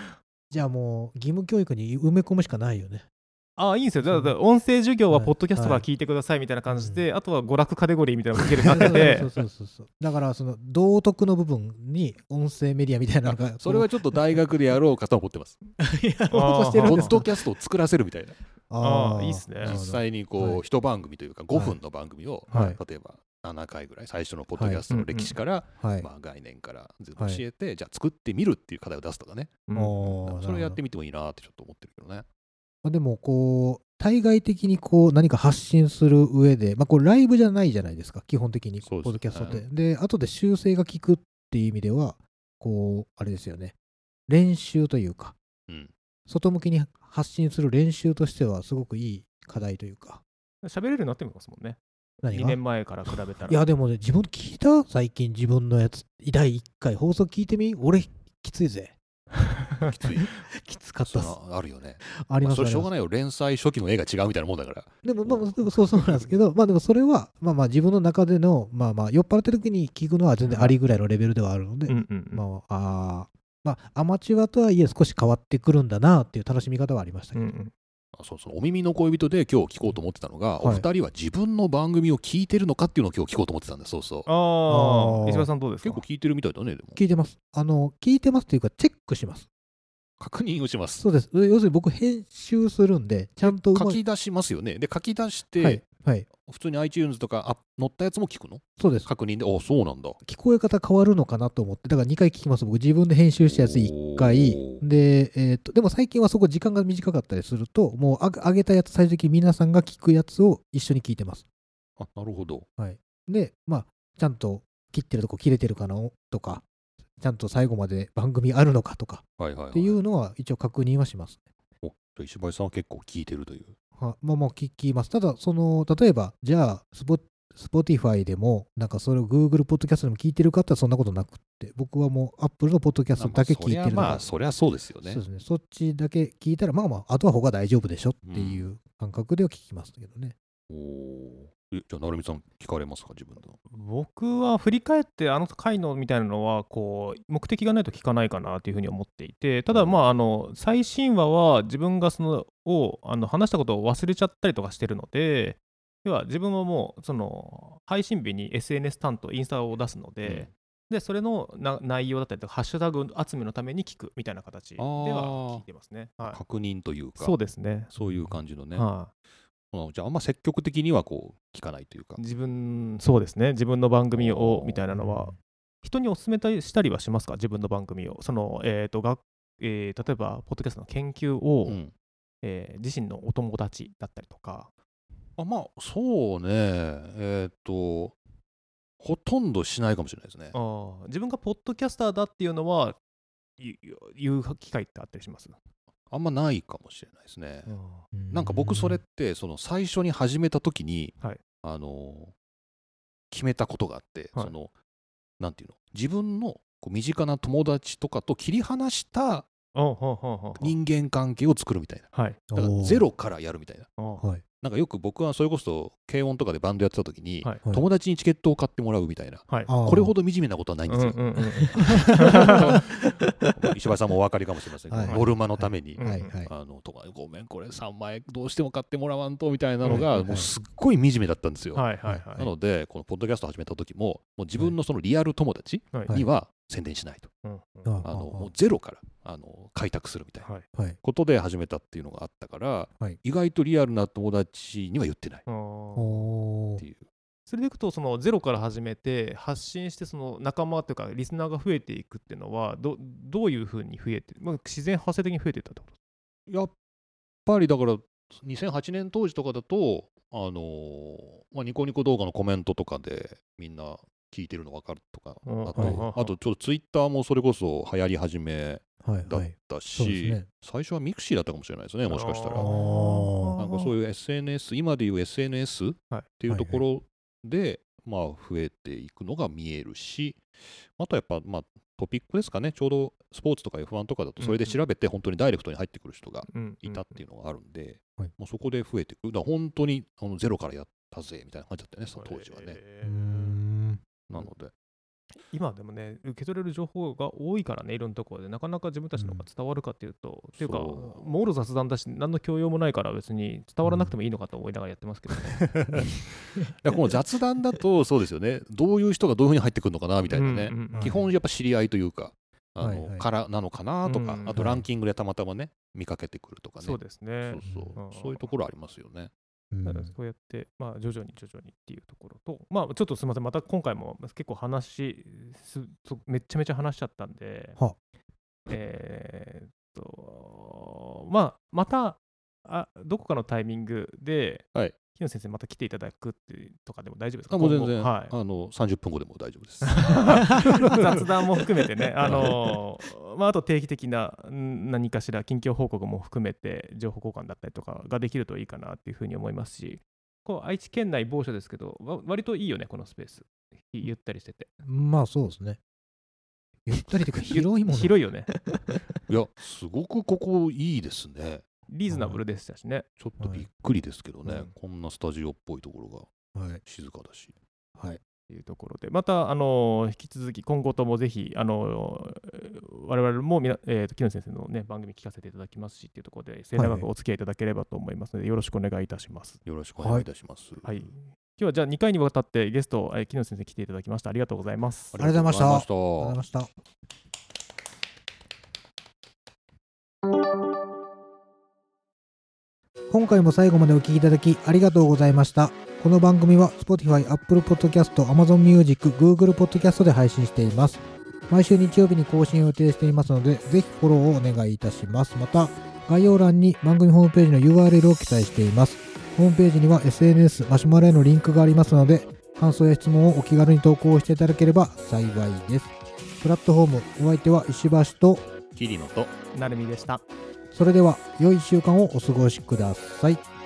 じゃあもう、義務教育に埋め込むしかないよ ね。
ああ、いいんですよ。だからだから音声授業は
はい
ポッドキャストから聞いてくださいみたいな感じで、あとは娯楽カテゴリーみたいなのをかけるようになってて
そう、そうそうそう。だから、その、道徳の部分に音声メディアみたいなのが、
それはちょっと大学でやろうかと思ってます
やろうと して
ポ
るんで
ッ
すか
ドキャストを作らせるみたいな
あーいいっすね
なるほ
実
ど
際にこう、
はい
一番組というか5分の番組を、
はい
例えば7回ぐらい最初のポッドキャストの歴史から、
はい。
まあ、概念から全部教えて、じゃあ作ってみるっていう課題を出すとかね、
うん
おー
それをやっ
な
て
る
みてもいいなってちょっと思ってるけどね
まあ、でもこう対外的にこう何か発信する上で、まあ、これライブじゃないじゃないですか基本的にポ
そ
ッ
うですね
ドキャストって。で後で修正が効くっていう意味ではこうあれですよね練習というか
うん。
外向きに発信する練習としてはすごくいい課題というか
喋れるようになってますもんね。
何
2
が
年前から比べたら。
いやでもね自分聞いた最近自分のやつ第1回放送聞いてみ俺きついぜ
きつい。
きつかった
そん
っす
なあるよね。
あり
ま
ます
あそ
あ
れ
り
しょう
ます
がないよ。連載初期の絵が違うみたいなもんだから。
でも、まあ、でもそうそうなんですけど、まあでもそれは、まあまあ自分の中での、まあまあ酔っ払ってる時に聞くのは全然ありぐらいのレベルではあるので、
うんうんうん
まあ、あーまあアマチュアとはいえ少し変わってくるんだなっていう楽しみ方はありましたけ
う
ど、
んうん
あそうそうお耳の恋人で今日聞こうと思ってたのが、
はい
お二人は自分の番組を聞いてるのかっていうのを今日聞こうと思ってたんですそうそう
あ
あー
あ、石川さんどうです
結
か
構聞いてるみたいだねでも
聞いてます。あの、聞いてますというかチェックします。
確認をします
そうです。要するに僕編集するんで、ちゃんとうま
書
い
き出しますよねで書き出して、
はい。はい。
普通に iTunes とかあ載ったやつも聞くの
そうです。
確認でおそうなんだ
聞こえ方変わるのかなと思って、だから2回聞きます。僕自分で編集したやつ1回
お。ー
で、えっ、と、でも最近はそこ時間が短かったりすると、もうあ上げたやつ、最終的に皆さんが聞くやつを一緒に聞いてます。
あなるほど
で、まあ、ちゃんと切ってるとこ切れてるかなとか、ちゃんと最後まで番組あるのかとか
はいはい、はい、
っていうのは一応確認はします。
おじゃあ石橋さんは結構聞いてるという
はまあまあ聞きます。ただ、その、例えば、じゃあ、スポスポティファイでも、なんかそれを Google ポッドキャストでも聞いてるかって言ったらそんなことなくって、僕はもう Apple のポッドキャストだけ聞いてるので、
まあそりゃまあそりゃそうですよね
そうですね。そっちだけ聞いたら、まあまあ、あとは他大丈夫でしょっていう感覚では聞きますけどね。
おおーえじゃあ成美さん聞かれますか自分の
僕は振り返って、あの回のみたいなのは、こう、目的がないと聞かないかなというふうに思っていて、ただ、
うん
まあ、あの、最新話は自分がその、を、あの、話したことを忘れちゃったりとかしてるので、要は自分はもう、その、配信日に SNS 担当、インスタを出すので、で、それのな内容だったりとか、ハッシュタグ集めのために聞くみたいな形では聞いてますね。はい、
確認というか
そうですね。
そういう感じのね、
はい、
うんじゃああんま積極的にはこう聞かないというか
自分そうですね自分の番組を
おー
みたいなのは人にお勧めたりしたりはしますか自分の番組をそのえっ、とが、えー例えばポッドキャストの研究を、
うん
えー自身のお友達だったりとか
あまあそうねえーっ、とほとんどしないかもしれないですね
あ。ー自分がポッドキャスターだっていうのは言う言う機会ってあったりします、
あんまないかもしれないですね。
あ
なんか僕それっ
う
てその最初に始めた時に、
はい
あの決めたことがあって、
はい
そのなんていうの自分のこう身近な友達とかと切り離した
ーほうほうほうほう
人間関係を作るみたいな。
はい
ん、
だから
おー
ゼ。ロからやるみたいな。
あー
はい。
なんかよく僕はそれこそ軽音とかでバンドやってた時に、
はい
はい
友達にチケットを買ってもらうみたいな。
はい
これほ
ど。
ど惨めなことはないん
う
で
んう
すよ
ん。うんうん
石橋さんもお分かりかもしれませんけど、
はい
ノルマのために、
はいはい。
あのとかごめん、これ3万円どうしても買ってもらわんとみたいなの
はい
が、
はい
もうすっごい惨めだったんですよ。
はいはいは
ないので、このポッドキャスト始めた時も、もう自分のそのリアル友達
はい
には宣伝しないと、
うん
あ
うん
あ
あのもうゼロからあの開拓するみたいな
はい
はい。
ことで始めたっていうのがあったから、
はい
意外とリアルな友達には言ってない
あー
お
って
ー
いう。
それでいくとそのゼロから始めて発信してその仲間というかリスナーが増えていくっていうのはどどういうふうに増えて、まあ、自然発生的に増えていったってこと
やっぱりだから2008年当時とかだと、あのーまあ、ニコニコ動画のコメントとかでみんな聞いてるの分かるとか、
うん
あ
はいはい
はい
とあとちょっとツイッターもそれこそ流行り始め
はい。
だっ
はい。そう
た
です
し、
ね。
最初はミクシーだったかもしれないですねもしかしたら
あ
ー
ー
なんかそういう SNS 今でいう SNS っ
はい
ていうところで、まあ、増えていくのが見えるしあとやっぱ、まあ、トピックですかねちょうどスポーツとか F1 とかだとそれで調べて本当にダイレクトに入ってくる人が
うん
いたっていうのがあるんで、
はい
もうそこで増えてくる、だから本当にあのゼロからやったぜみたいな感じだったよね、その当時はね。
え
うー
ー
ん
なので、
今でもね受け取れる情報が多いからねいろんなところでなかなか自分たちの方が伝わるかっていうと、っていうか
そう
もろ雑談だし何の教養もないから別に伝わらなくてもいいのかと思いながらやってますけどね、
いやこの雑談だ と、そうですよね、どういう人がどういうふうに入ってくるのかなみたいなね、
うんうんうん
基本やっぱ知り合いというか、あの
はいはい
からなのかなとか、
うん
あとランキングでたまたまね、見かけてくるとかね、
そうですね
そう
うん
そう
うん
そういうところありますよね。
うん
だからそうやって、まあ、徐々に徐々にっていうところと、まあ、ちょっとすみません、また今回も結構話す、そうめっちゃめちゃ話しちゃったんで
は、
えーっと、まあ、またあどこかのタイミングで、
はい
木野先生また来ていただくってとかでも大丈夫ですか
あもう全然、
今後はい
あの30分後でも大丈 夫です。
雑談も含 めてね、あのーまあ、あと定期的なん何かしら近況報告も含めて情報交換だったりとかができるといいかなっていうふうに思いますしこう愛知県内某所ですけどわ割といいよねこのスペースひゆったりしてて
まあそうですね。ゆったりという か広いもんね。
広いよね
いや、すごくここいいですね。
リーズナブルでしたしね、
ちょっとびっくりですけどね、
はいうん
こんなスタジオっぽいところが
はい。
静かだし。
はい。
というところで、また、あの引き続き今後ともぜひ、あの我々もみな、えー、と木野先生の、ね、番組聞かせていただきますしっていうところで、末永くお付き合いいただければと思いますので、よろしくお願いいたします。
よろしくお願いいたします。
はい、今日はじゃあ2回にわたってゲスト、えー、木野先生来ていただきました。ありがとうございます。
りがとうございましたあ
ありが
りがとうござい
とうございま
ました。今回も最後までお聞きいただきありがとうございました。この番組は Spotify、Apple Podcast、Amazon Music、Google Podcast で配信しています。毎週日曜日に更新を予定していますので、ぜひフォローをお願いいたします。また、概要欄に番組ホームページの URL を記載しています。ホームページには SNS、マシュマロへのリンクがありますので、感想や質問をお気軽に投稿していただければ幸いです。プラットフォーム、お相手は石橋と、
した。キリノと
なるみでした。
それでは良い一週間をお過ごしください。